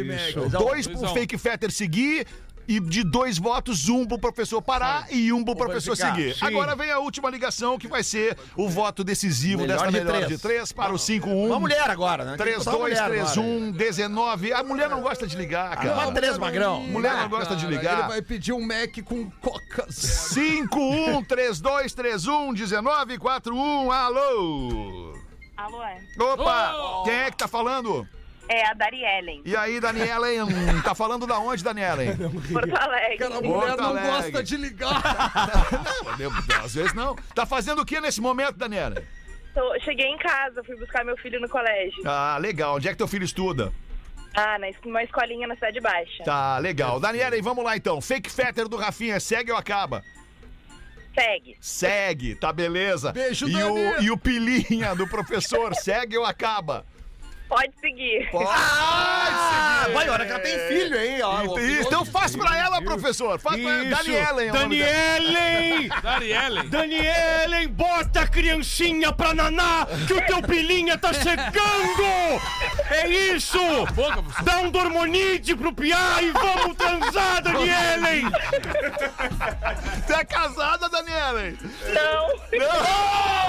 [SPEAKER 2] Dois pro
[SPEAKER 3] Dois a um.
[SPEAKER 2] fake fetter seguir. E de dois votos, um pro professor parar e um pro professor
[SPEAKER 4] ficar.
[SPEAKER 2] seguir.
[SPEAKER 4] Sim.
[SPEAKER 2] Agora vem a última ligação, que vai ser o voto decisivo
[SPEAKER 4] Melhor
[SPEAKER 2] desta
[SPEAKER 4] de
[SPEAKER 2] melhor
[SPEAKER 4] três.
[SPEAKER 2] de três para o 5-1.
[SPEAKER 4] Uma mulher agora, né? Tem que
[SPEAKER 2] 3,
[SPEAKER 4] botar uma
[SPEAKER 2] 2,
[SPEAKER 4] mulher
[SPEAKER 2] 3,
[SPEAKER 4] agora.
[SPEAKER 2] 1, 19. A mulher não gosta de ligar,
[SPEAKER 4] Ah,
[SPEAKER 2] um, cara.
[SPEAKER 4] mas três, magrão.
[SPEAKER 2] Mulher não gosta de ligar.
[SPEAKER 6] Ele vai pedir um Mac com coca zero.
[SPEAKER 2] 5, 1, 3, 2, 3, 1, 19, 4, 1, alô!
[SPEAKER 12] Alô, é.
[SPEAKER 4] Oh!
[SPEAKER 2] Opa! Quem é que tá falando?
[SPEAKER 12] É a Dariellen,
[SPEAKER 2] E aí, Daniela, hein? Tá falando da onde, Daniela? hein?
[SPEAKER 12] Porto Alegre.
[SPEAKER 6] Cara, a mulher
[SPEAKER 2] Porto
[SPEAKER 6] não
[SPEAKER 2] Alegre.
[SPEAKER 6] gosta de ligar.
[SPEAKER 2] Ah, Meu Deus, Às vezes não. Tá fazendo o que nesse momento, Daniela?
[SPEAKER 12] Tô- cheguei em casa, fui buscar meu filho no colégio.
[SPEAKER 2] Ah, legal. Onde é que teu filho estuda?
[SPEAKER 12] Ah, na es- numa escolinha na Cidade Baixa.
[SPEAKER 2] Tá, legal.
[SPEAKER 4] É
[SPEAKER 2] Daniela, hein, vamos lá então. Fake fetter do Rafinha, segue ou acaba?
[SPEAKER 12] Segue.
[SPEAKER 2] Segue, tá beleza.
[SPEAKER 6] Beijo,
[SPEAKER 2] e
[SPEAKER 6] Dani.
[SPEAKER 2] o, e o pilinha do professor, segue ou acaba?
[SPEAKER 13] Pode seguir.
[SPEAKER 4] Pode. Ah,
[SPEAKER 6] É.
[SPEAKER 4] vai, olha que ela tem filho, hein? Ó,
[SPEAKER 2] Então-
[SPEAKER 4] ó, filho.
[SPEAKER 2] então faz pra ela, professor. Faz pra
[SPEAKER 4] Isso.
[SPEAKER 2] Daniela,
[SPEAKER 11] é
[SPEAKER 2] hein? o nome dela.
[SPEAKER 14] Danielen!
[SPEAKER 3] Danielen!
[SPEAKER 14] Danielen, bota a criancinha pra naná, que o teu pilinha tá chegando! É isso! Dá um dormonide pro piá e vamos transar, Danielen!
[SPEAKER 2] Tu é casada, Daniela?
[SPEAKER 13] Não.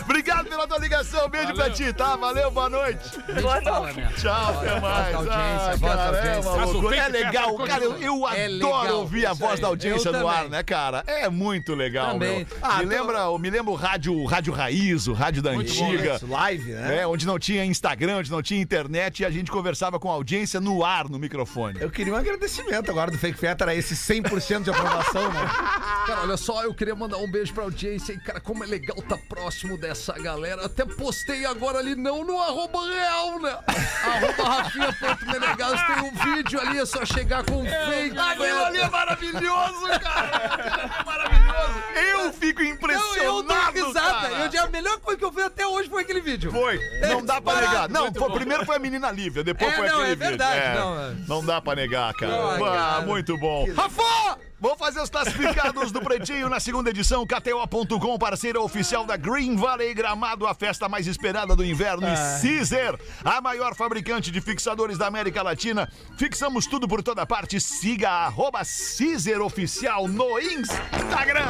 [SPEAKER 2] Obrigado pela tua ligação. Beijo pra ti, tá? Valeu, boa noite.
[SPEAKER 13] Boa noite.
[SPEAKER 6] né?
[SPEAKER 2] Tchau, até mais.
[SPEAKER 13] Volta
[SPEAKER 2] Ah,
[SPEAKER 13] audiência, volta
[SPEAKER 2] cara, é
[SPEAKER 13] audiência.
[SPEAKER 2] uma
[SPEAKER 13] Faz o
[SPEAKER 2] loucura. É
[SPEAKER 13] peito,
[SPEAKER 2] legal,
[SPEAKER 13] cara,
[SPEAKER 2] cara. Eu, eu
[SPEAKER 13] É
[SPEAKER 2] adoro
[SPEAKER 13] legal,
[SPEAKER 2] ouvir a
[SPEAKER 13] isso
[SPEAKER 2] voz
[SPEAKER 13] aí.
[SPEAKER 2] da audiência
[SPEAKER 13] Eu
[SPEAKER 2] no
[SPEAKER 13] também.
[SPEAKER 2] ar, né, cara? É muito legal,
[SPEAKER 13] Também.
[SPEAKER 2] meu.
[SPEAKER 13] Ah,
[SPEAKER 2] me,
[SPEAKER 13] tô-
[SPEAKER 2] lembra, me lembra o rádio, o rádio Raiz, o rádio da
[SPEAKER 4] Muito bom
[SPEAKER 2] antiga.
[SPEAKER 4] isso, live, né?
[SPEAKER 2] É, onde não tinha Instagram, onde não tinha internet e a gente conversava com a audiência no ar, no microfone.
[SPEAKER 4] Eu queria um agradecimento agora do Fake Feta, era esse 100% de aprovação, né?
[SPEAKER 2] Tá
[SPEAKER 6] Cara, olha só, eu queria mandar um beijo pra audiência e, cara, como é legal tá próximo dessa galera. Até postei agora ali, não no arroba real, né? arroba Rafinha.menegas tem um vídeo ali, é só chegar com o fake. né?
[SPEAKER 13] aquilo ali é
[SPEAKER 2] maravilhoso, cara!
[SPEAKER 6] maravilhoso!
[SPEAKER 2] Eu fico impressionado!
[SPEAKER 6] Não, eu dou risada.
[SPEAKER 2] cara.
[SPEAKER 6] Eu digo, a melhor coisa que eu vi até hoje foi aquele vídeo.
[SPEAKER 2] Foi. Não dá pra
[SPEAKER 6] disparado,
[SPEAKER 2] negar. Não,
[SPEAKER 6] muito
[SPEAKER 2] foi,
[SPEAKER 6] bom.
[SPEAKER 2] primeiro foi a menina Lívia, depois
[SPEAKER 6] É,
[SPEAKER 2] foi
[SPEAKER 6] não,
[SPEAKER 2] aquele
[SPEAKER 6] é
[SPEAKER 2] vídeo.
[SPEAKER 6] verdade, não, é.
[SPEAKER 2] Não dá pra negar, cara.
[SPEAKER 6] Não,
[SPEAKER 2] Bah,
[SPEAKER 6] cara.
[SPEAKER 2] Muito bom.
[SPEAKER 6] Rafa!
[SPEAKER 2] Vou fazer os classificados do Pretinho na segunda edição. KTO.com, parceira oficial da Green Valley Gramado, a festa mais esperada do inverno. E Caesar, a maior fabricante de fixadores da América Latina. Fixamos tudo por toda parte. Siga a arroba Caesar Oficial no Instagram.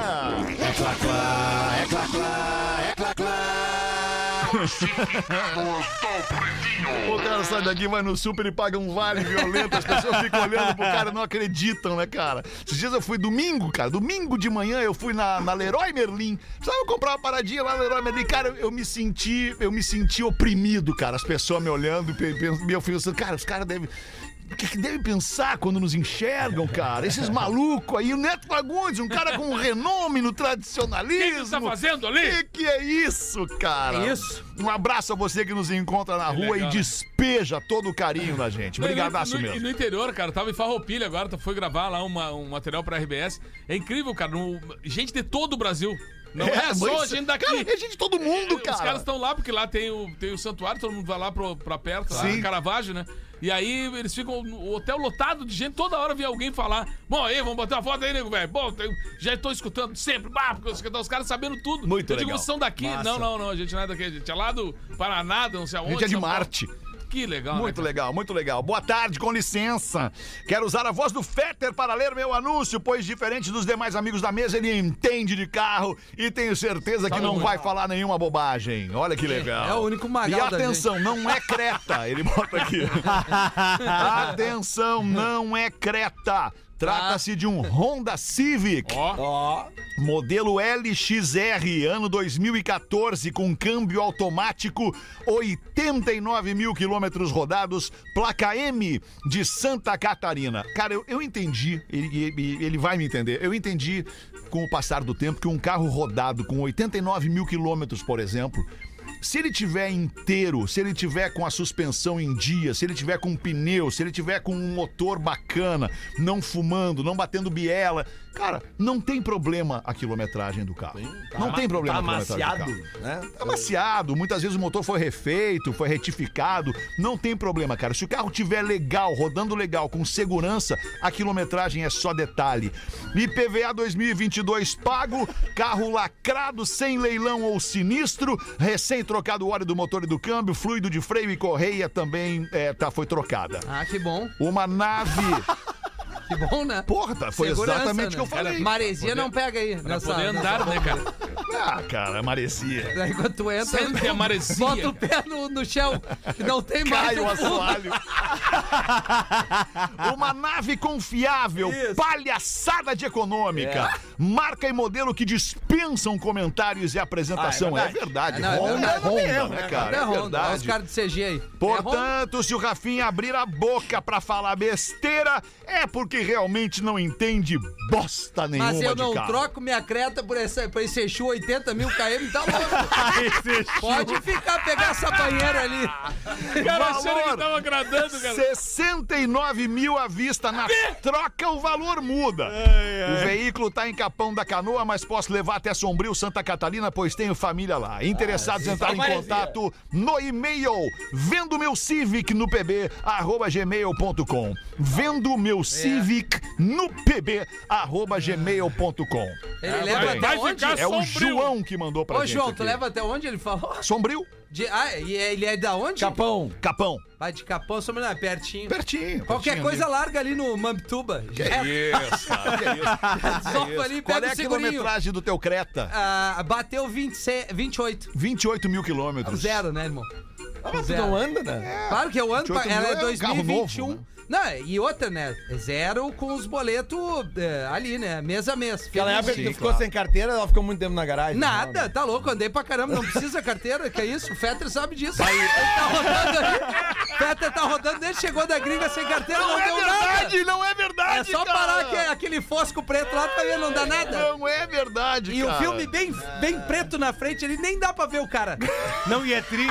[SPEAKER 2] É é O cara sai daqui, vai no super e paga um vale violento. As pessoas ficam olhando pro cara e não acreditam, né, cara? Esses dias eu fui domingo, cara. Domingo de manhã eu fui na, na Leroy Merlin. Precisava comprar uma paradinha lá na Leroy Merlin. Cara, eu, eu me senti, eu me senti oprimido, cara. As pessoas me olhando e pe- pe- meu filho, assim, cara, os caras devem. O que, que devem pensar quando nos enxergam, cara? Esses malucos aí, o Neto Fagundes, um cara com um renome no tradicionalismo.
[SPEAKER 3] O que que tá fazendo ali?
[SPEAKER 2] Que que é isso, cara?
[SPEAKER 3] É isso.
[SPEAKER 2] Um abraço a você que nos encontra na
[SPEAKER 3] Que
[SPEAKER 2] rua
[SPEAKER 3] legal. né?
[SPEAKER 2] e despeja todo o carinho na gente.
[SPEAKER 3] Não, e no-
[SPEAKER 2] Obrigadaço
[SPEAKER 3] no- E
[SPEAKER 2] mesmo.
[SPEAKER 3] no interior, cara, eu tava em Farroupilha agora, tu foi gravar lá uma- um material pra RBS. É incrível, cara. no- gente de todo o Brasil. Não é,
[SPEAKER 2] É,
[SPEAKER 3] só
[SPEAKER 2] mas-
[SPEAKER 3] a gente daqui.
[SPEAKER 2] cara, é gente de todo mundo, cara.
[SPEAKER 3] Os caras estão lá porque lá tem o, tem o santuário, todo mundo vai lá pro, pra perto, lá
[SPEAKER 2] Sim.
[SPEAKER 3] no Caravaggio, né? E aí eles ficam o hotel lotado de gente, toda hora vem alguém falar: Bom, aí, vamos botar uma foto aí, nego, velho. Bom, tem- já tô escutando sempre, bah, porque tá os, os caras sabendo tudo. Então,
[SPEAKER 2] Muito
[SPEAKER 3] Eu digo,
[SPEAKER 2] legal.
[SPEAKER 3] vocês são daqui.
[SPEAKER 2] Massa.
[SPEAKER 3] Não, não, não, a gente não é daqui, a gente é lá do Paraná, não sei
[SPEAKER 2] A
[SPEAKER 3] aonde.
[SPEAKER 2] gente é de
[SPEAKER 3] São Paulo.
[SPEAKER 2] Marte.
[SPEAKER 3] Que legal, né,
[SPEAKER 2] Muito legal, muito legal. Boa tarde, com licença. Quero usar a voz do Fetter para ler meu anúncio, pois diferente dos demais amigos da mesa, ele entende de carro e tenho certeza que
[SPEAKER 6] Tá
[SPEAKER 2] não
[SPEAKER 6] bom.
[SPEAKER 2] vai falar nenhuma bobagem. Olha que legal.
[SPEAKER 6] É o único
[SPEAKER 2] E
[SPEAKER 6] magal da
[SPEAKER 2] atenção,
[SPEAKER 6] gente.
[SPEAKER 2] não é Creta. Ele bota aqui. atenção, não é Creta. Trata-se de um Honda Civic. Modelo LXR, ano 2014, com câmbio automático, 89 mil quilômetros rodados, placa M de Santa Catarina. Cara, eu, eu entendi, ele, ele- ele vai me entender, eu entendi com o passar do tempo que um carro rodado com 89 mil quilômetros, por exemplo, se ele tiver inteiro, se ele tiver com a suspensão em dia, se ele tiver com um pneu, se ele tiver com um motor bacana, não fumando, não batendo biela, cara, não tem problema a quilometragem do carro. não
[SPEAKER 4] ma-
[SPEAKER 2] tem problema
[SPEAKER 4] tá
[SPEAKER 2] a quilometragem
[SPEAKER 4] amaciado,
[SPEAKER 2] do carro.
[SPEAKER 4] né?
[SPEAKER 2] Tá amaciado, muitas vezes o motor foi refeito, foi retificado, não tem problema, cara. Se o carro tiver legal, rodando legal, com segurança, a quilometragem é só detalhe. IPVA 2022 pago, carro lacrado, sem leilão ou sinistro, recém trocado o óleo do motor e do câmbio, fluido de freio e correia também é, tá, foi trocada.
[SPEAKER 6] Ah, que bom.
[SPEAKER 2] Uma nave.
[SPEAKER 6] Que bom, né?
[SPEAKER 2] Porra, tá, foi
[SPEAKER 6] Segurança,
[SPEAKER 2] exatamente o que eu
[SPEAKER 6] né?
[SPEAKER 2] falei.
[SPEAKER 6] Maresia não pega aí.
[SPEAKER 3] Pra poder andar, né, cara?
[SPEAKER 2] Ah, cara, maresia.
[SPEAKER 6] Daí quando tu entra,
[SPEAKER 3] Sente
[SPEAKER 6] tu
[SPEAKER 3] a é maresia,
[SPEAKER 6] bota o pé no, no chão, que não tem
[SPEAKER 2] Cai
[SPEAKER 6] mais
[SPEAKER 2] o
[SPEAKER 6] fundo.
[SPEAKER 2] assoalho. Uma nave confiável, palhaçada de econômica.
[SPEAKER 6] É.
[SPEAKER 2] Marca e modelo que dispensam comentários e apresentação.
[SPEAKER 6] Ah,
[SPEAKER 2] é verdade.
[SPEAKER 6] Ah, não,
[SPEAKER 2] Honda,
[SPEAKER 6] é
[SPEAKER 2] é
[SPEAKER 6] verdade
[SPEAKER 2] Honda,
[SPEAKER 6] mesmo,
[SPEAKER 2] né, cara?
[SPEAKER 6] É
[SPEAKER 2] É
[SPEAKER 6] Honda, olha os
[SPEAKER 2] verdade.
[SPEAKER 6] caras de CG aí. É
[SPEAKER 2] Portanto, se o Rafinha abrir a boca pra falar besteira, é porque realmente não entende bosta nenhuma
[SPEAKER 6] Mas eu
[SPEAKER 2] de
[SPEAKER 6] não
[SPEAKER 2] carro.
[SPEAKER 6] troco minha creta por, essa, por esse Exu 80 mil km, tá louco. Pode ficar, pegar essa banheira ali.
[SPEAKER 3] Cara,
[SPEAKER 2] Valor.
[SPEAKER 3] achando que tava agradando, cara.
[SPEAKER 2] 69 mil à vista na troca, o valor muda. O veículo tá em Capão da Canoa, mas posso levar até Sombrio, Santa Catalina, pois tenho família lá. Interessados
[SPEAKER 15] Ah,
[SPEAKER 2] entrarem
[SPEAKER 15] isso é
[SPEAKER 2] em
[SPEAKER 15] uma
[SPEAKER 2] contato no e-mail vendo meu civic no pb arroba gmail.com vendo meu civic no pb arroba gmail.com
[SPEAKER 6] Ele leva até
[SPEAKER 2] Vai
[SPEAKER 6] onde?
[SPEAKER 2] ficar É o João que mandou pra
[SPEAKER 6] Ô,
[SPEAKER 2] gente
[SPEAKER 6] João,
[SPEAKER 2] aqui.
[SPEAKER 6] tu leva até onde ele falou?
[SPEAKER 2] Sombrio.
[SPEAKER 6] De- ah, e é- ele é da onde?
[SPEAKER 2] Capão. Capão.
[SPEAKER 6] Vai de Capão, Sombrio, não, é pertinho.
[SPEAKER 2] Pertinho.
[SPEAKER 6] Qualquer
[SPEAKER 2] pertinho
[SPEAKER 6] coisa
[SPEAKER 2] ali.
[SPEAKER 6] larga ali no Mambituba.
[SPEAKER 2] um Que isso, cara, que isso.
[SPEAKER 6] Só
[SPEAKER 2] Que isso.
[SPEAKER 6] ali,
[SPEAKER 2] Qual
[SPEAKER 6] pega
[SPEAKER 2] é
[SPEAKER 6] o
[SPEAKER 2] a
[SPEAKER 6] segurinho.
[SPEAKER 2] quilometragem do teu Creta?
[SPEAKER 6] Ah, bateu 26, 28.
[SPEAKER 2] 28 mil quilômetros.
[SPEAKER 6] Zero, né, irmão?
[SPEAKER 4] Ah, mas tu
[SPEAKER 6] Zero.
[SPEAKER 4] não anda, né?
[SPEAKER 6] É. Claro que eu ando,
[SPEAKER 2] 28
[SPEAKER 6] ela
[SPEAKER 2] mil é
[SPEAKER 6] é
[SPEAKER 2] um carro
[SPEAKER 6] 2021.
[SPEAKER 2] novo,
[SPEAKER 6] Não, e outra, né? Zero com os boletos é, ali, né? Mês a mês.
[SPEAKER 4] Aquela
[SPEAKER 6] Feliz.
[SPEAKER 4] época que tu ficou sem carteira, ela ficou muito tempo na garagem. né,
[SPEAKER 6] Nada, tá louco, andei pra caramba, não precisa carteira, que é isso? O Fetter sabe disso. Ele tá rodando aí. Fetter tá rodando desde que chegou da gringa sem carteira, não,
[SPEAKER 2] Não é
[SPEAKER 6] deu
[SPEAKER 2] verdade,
[SPEAKER 6] nada.
[SPEAKER 2] não é
[SPEAKER 6] É
[SPEAKER 2] verdade,
[SPEAKER 6] só
[SPEAKER 2] cara.
[SPEAKER 6] parar que- é- aquele fosco preto lá pra ver, não dá nada.
[SPEAKER 2] Não é verdade,
[SPEAKER 6] E
[SPEAKER 2] cara.
[SPEAKER 6] o filme bem,
[SPEAKER 2] É.
[SPEAKER 6] bem preto na frente, ele nem dá pra ver o cara.
[SPEAKER 9] Não, e é tri.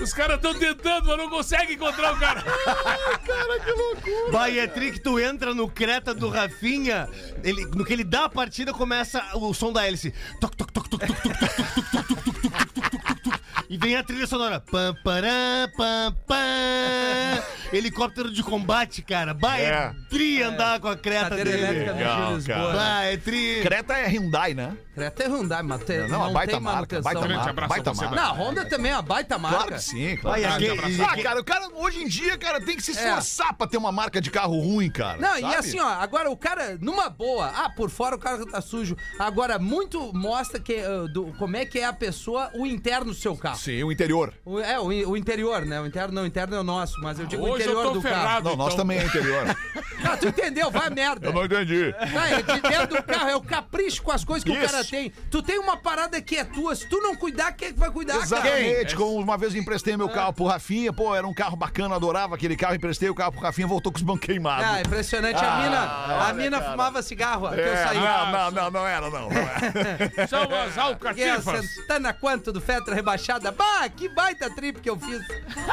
[SPEAKER 3] Os caras estão tentando, mas não conseguem encontrar o cara.
[SPEAKER 2] Cara, que loucura.
[SPEAKER 9] Vai, é tri que tu entra no Creta do Rafinha, ele, no que ele dá a partida, começa o som da hélice. Toc, toc, toc, toc, toc, toc, toc, toc, toc, toc, toc, toc, toc, toc, toc, toc, toc. E vem a trilha sonora. Pam, parã, pam, pam. Helicóptero de combate, cara. Vai, é
[SPEAKER 2] É.
[SPEAKER 9] tri andar com a creta
[SPEAKER 6] Cadeira
[SPEAKER 9] dele.
[SPEAKER 6] elétrica no Giro
[SPEAKER 2] Legal,
[SPEAKER 6] Lisboa.
[SPEAKER 2] cara.
[SPEAKER 9] Vai, é tri.
[SPEAKER 2] Creta é Hyundai, né?
[SPEAKER 6] Creta é Hyundai, mas tem-
[SPEAKER 2] Não,
[SPEAKER 6] não,
[SPEAKER 2] não, baita
[SPEAKER 6] tem
[SPEAKER 2] marca,
[SPEAKER 6] manutenção.
[SPEAKER 2] baita marca,
[SPEAKER 6] Abraço
[SPEAKER 2] baita
[SPEAKER 6] a você,
[SPEAKER 2] marca.
[SPEAKER 6] Não, a Honda também é uma baita marca.
[SPEAKER 2] Claro que sim, claro.
[SPEAKER 9] Vai,
[SPEAKER 2] que sim.
[SPEAKER 9] aquele-
[SPEAKER 2] Ah, cara, o cara, hoje em dia, cara, tem que se esforçar pra ter uma marca de carro ruim, cara.
[SPEAKER 6] É. Não,
[SPEAKER 2] sabe?
[SPEAKER 6] e assim, ó, agora o cara, numa boa, ah, por fora o cara tá sujo. Agora, muito mostra que, ah, do- como é que é a pessoa, o interno do seu carro.
[SPEAKER 2] Sim, o interior.
[SPEAKER 6] O- é, o, in- o interior, né? O interno não, o interno é o nosso, mas eu digo o
[SPEAKER 3] Hoje eu
[SPEAKER 6] interior
[SPEAKER 3] tô
[SPEAKER 6] do
[SPEAKER 3] ferrado.
[SPEAKER 6] carro.
[SPEAKER 2] Não, nós
[SPEAKER 3] então.
[SPEAKER 2] também é interior.
[SPEAKER 6] Ah, tu entendeu? Vai merda.
[SPEAKER 2] Eu não entendi.
[SPEAKER 6] Tá, é de dentro do carro, é o capricho com as coisas que o
[SPEAKER 2] Isso.
[SPEAKER 6] cara tem. Tu tem uma parada que é tua, se tu não cuidar, quem é que vai cuidar, cara?
[SPEAKER 2] Exatamente, como uma vez eu emprestei
[SPEAKER 6] É.
[SPEAKER 2] meu carro pro Rafinha, pô, era um carro bacana, adorava aquele carro, emprestei o carro pro Rafinha, voltou com os bancos queimados.
[SPEAKER 6] Ah, impressionante. a
[SPEAKER 2] Ah,
[SPEAKER 6] mina, a
[SPEAKER 2] olha,
[SPEAKER 6] mina
[SPEAKER 2] cara.
[SPEAKER 6] fumava cigarro até eu
[SPEAKER 2] É,
[SPEAKER 6] sair.
[SPEAKER 2] não, não, não, não era, não. não era.
[SPEAKER 3] São as
[SPEAKER 6] Que é a
[SPEAKER 3] alcatifas.
[SPEAKER 6] Santana Quanto do Fetra Rebaixada. Bah, que baita trip que eu fiz.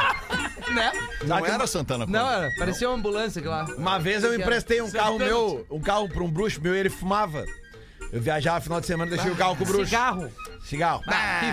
[SPEAKER 6] né?
[SPEAKER 2] Não era Santana Cruz.
[SPEAKER 6] Não, era- parecia uma ambulância que lá.
[SPEAKER 4] Uma vez eu emprestei um carro meu, um carro pra um bruxo meu e ele fumava. Eu viajava final de semana, deixei o carro com o bruxo.
[SPEAKER 6] Cigarro.
[SPEAKER 4] Cigarro.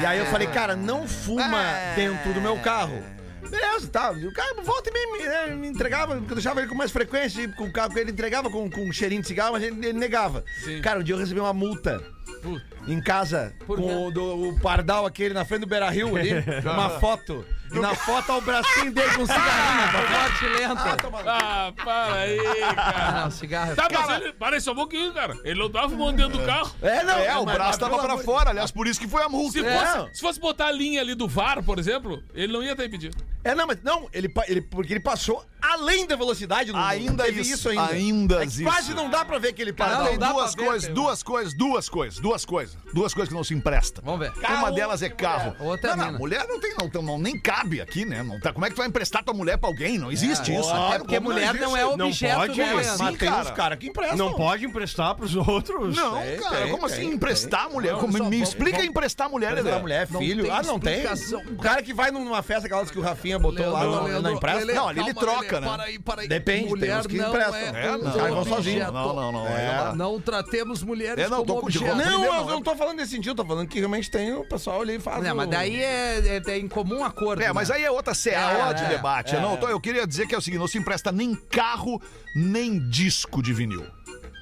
[SPEAKER 4] e aí eu falei, cara, não fuma dentro do meu carro. Beleza, tá. E o cara volta e meia me, né, me entregava, porque eu deixava ele com mais frequência, e com o carro que ele entregava com, com um cheirinho de cigarro, mas ele, ele negava.
[SPEAKER 3] Sim.
[SPEAKER 4] Cara, um dia eu recebi uma multa.
[SPEAKER 3] Puta.
[SPEAKER 4] Em casa,
[SPEAKER 6] Por quê?
[SPEAKER 4] com o, do- o pardal aquele na frente do Beira Rio ali, uma foto. E na foto, olha o bracinho dele com um
[SPEAKER 6] Ah,
[SPEAKER 4] cigarrinho. pra fora.
[SPEAKER 6] Forte e lento.
[SPEAKER 3] Ah, para aí, cara.
[SPEAKER 6] Ah, não, cigarro. é-
[SPEAKER 3] Tá, mas ele. Para aí, só um pouquinho, cara. Ele não tava fumando dentro do carro.
[SPEAKER 4] É, não.
[SPEAKER 2] É, o
[SPEAKER 4] mas-
[SPEAKER 2] braço
[SPEAKER 4] mas
[SPEAKER 2] tava
[SPEAKER 4] pelo
[SPEAKER 2] pra
[SPEAKER 4] amor de
[SPEAKER 2] fora, aliás, por isso que foi a multa.
[SPEAKER 3] Se
[SPEAKER 6] É.
[SPEAKER 3] fosse, se fosse botar a linha ali do VAR, por exemplo, ele não ia estar impedido.
[SPEAKER 4] É, não, mas não, ele, pa- ele- porque ele passou além da velocidade do
[SPEAKER 2] Ainda
[SPEAKER 4] teve
[SPEAKER 2] isso,
[SPEAKER 4] isso ainda.
[SPEAKER 2] ainda
[SPEAKER 4] É que
[SPEAKER 2] isso.
[SPEAKER 4] Quase não dá pra ver que ele
[SPEAKER 2] Cara,
[SPEAKER 6] Não,
[SPEAKER 4] parou.
[SPEAKER 2] tem
[SPEAKER 6] dá
[SPEAKER 2] duas
[SPEAKER 6] pra ver,
[SPEAKER 2] coisas,
[SPEAKER 6] Pedro.
[SPEAKER 2] duas coisas, duas coisas, duas coisas. Duas coisas que não se emprestam.
[SPEAKER 6] Vamos ver.
[SPEAKER 2] Uma delas é carro.
[SPEAKER 6] mulher. Outra é
[SPEAKER 2] não,
[SPEAKER 6] mina.
[SPEAKER 2] não, mulher não tem, não, tem- não, nem cabe aqui, né? Não tá, como é que tu vai emprestar tua mulher pra alguém? Não existe isso.
[SPEAKER 6] Ah,
[SPEAKER 2] Não,
[SPEAKER 6] porque
[SPEAKER 2] como
[SPEAKER 6] mulher
[SPEAKER 2] existe.
[SPEAKER 6] não é objeto,
[SPEAKER 9] pode,
[SPEAKER 6] né,
[SPEAKER 9] mas
[SPEAKER 6] Leandro?
[SPEAKER 4] Mas tem uns caras que emprestam.
[SPEAKER 9] Não pode emprestar pros outros.
[SPEAKER 2] Não,
[SPEAKER 4] Tem,
[SPEAKER 2] cara,
[SPEAKER 4] tem,
[SPEAKER 2] como
[SPEAKER 4] tem,
[SPEAKER 2] assim
[SPEAKER 4] tem.
[SPEAKER 2] emprestar a mulher?
[SPEAKER 4] Não,
[SPEAKER 2] Como-
[SPEAKER 4] só
[SPEAKER 2] me
[SPEAKER 4] vamos-
[SPEAKER 2] explica
[SPEAKER 4] vamos-
[SPEAKER 2] emprestar a mulher, né?
[SPEAKER 4] Emprestar
[SPEAKER 2] Lelê.
[SPEAKER 4] mulher, filho.
[SPEAKER 6] tem
[SPEAKER 4] ah, não tem.
[SPEAKER 6] explicação.
[SPEAKER 4] O cara que vai numa festa, aquelas que o Rafinha botou lá,
[SPEAKER 6] Leandro,
[SPEAKER 4] não, não
[SPEAKER 6] Leandro,
[SPEAKER 4] empresta.
[SPEAKER 6] Lelê,
[SPEAKER 2] Não, ali ele troca, né?
[SPEAKER 6] Para aí, para aí.
[SPEAKER 4] Depende, tem
[SPEAKER 6] mulher
[SPEAKER 4] uns que
[SPEAKER 6] não
[SPEAKER 4] emprestam.
[SPEAKER 6] é,
[SPEAKER 2] É,
[SPEAKER 6] um
[SPEAKER 2] não.
[SPEAKER 4] Aí vão
[SPEAKER 6] objeto. Tá,
[SPEAKER 4] sozinho.
[SPEAKER 2] Não, não, não. aí não dá.
[SPEAKER 6] Não tratemos mulheres
[SPEAKER 2] É, não, tô
[SPEAKER 6] como
[SPEAKER 2] com- de
[SPEAKER 6] objeto.
[SPEAKER 2] Não,
[SPEAKER 4] Não,
[SPEAKER 2] não,
[SPEAKER 4] eu
[SPEAKER 2] é.
[SPEAKER 4] não tô falando nesse sentido, tô falando que realmente tem o pessoal ali e faz.
[SPEAKER 6] Não, né,
[SPEAKER 4] o-
[SPEAKER 6] mas daí é, é, é em comum acordo.
[SPEAKER 2] É, mas
[SPEAKER 6] né?
[SPEAKER 2] aí é outra CAO
[SPEAKER 6] É,
[SPEAKER 2] de
[SPEAKER 6] é,
[SPEAKER 2] debate.
[SPEAKER 4] é.
[SPEAKER 2] Não, então eu queria dizer que é o seguinte: não se empresta nem carro, nem disco de vinil.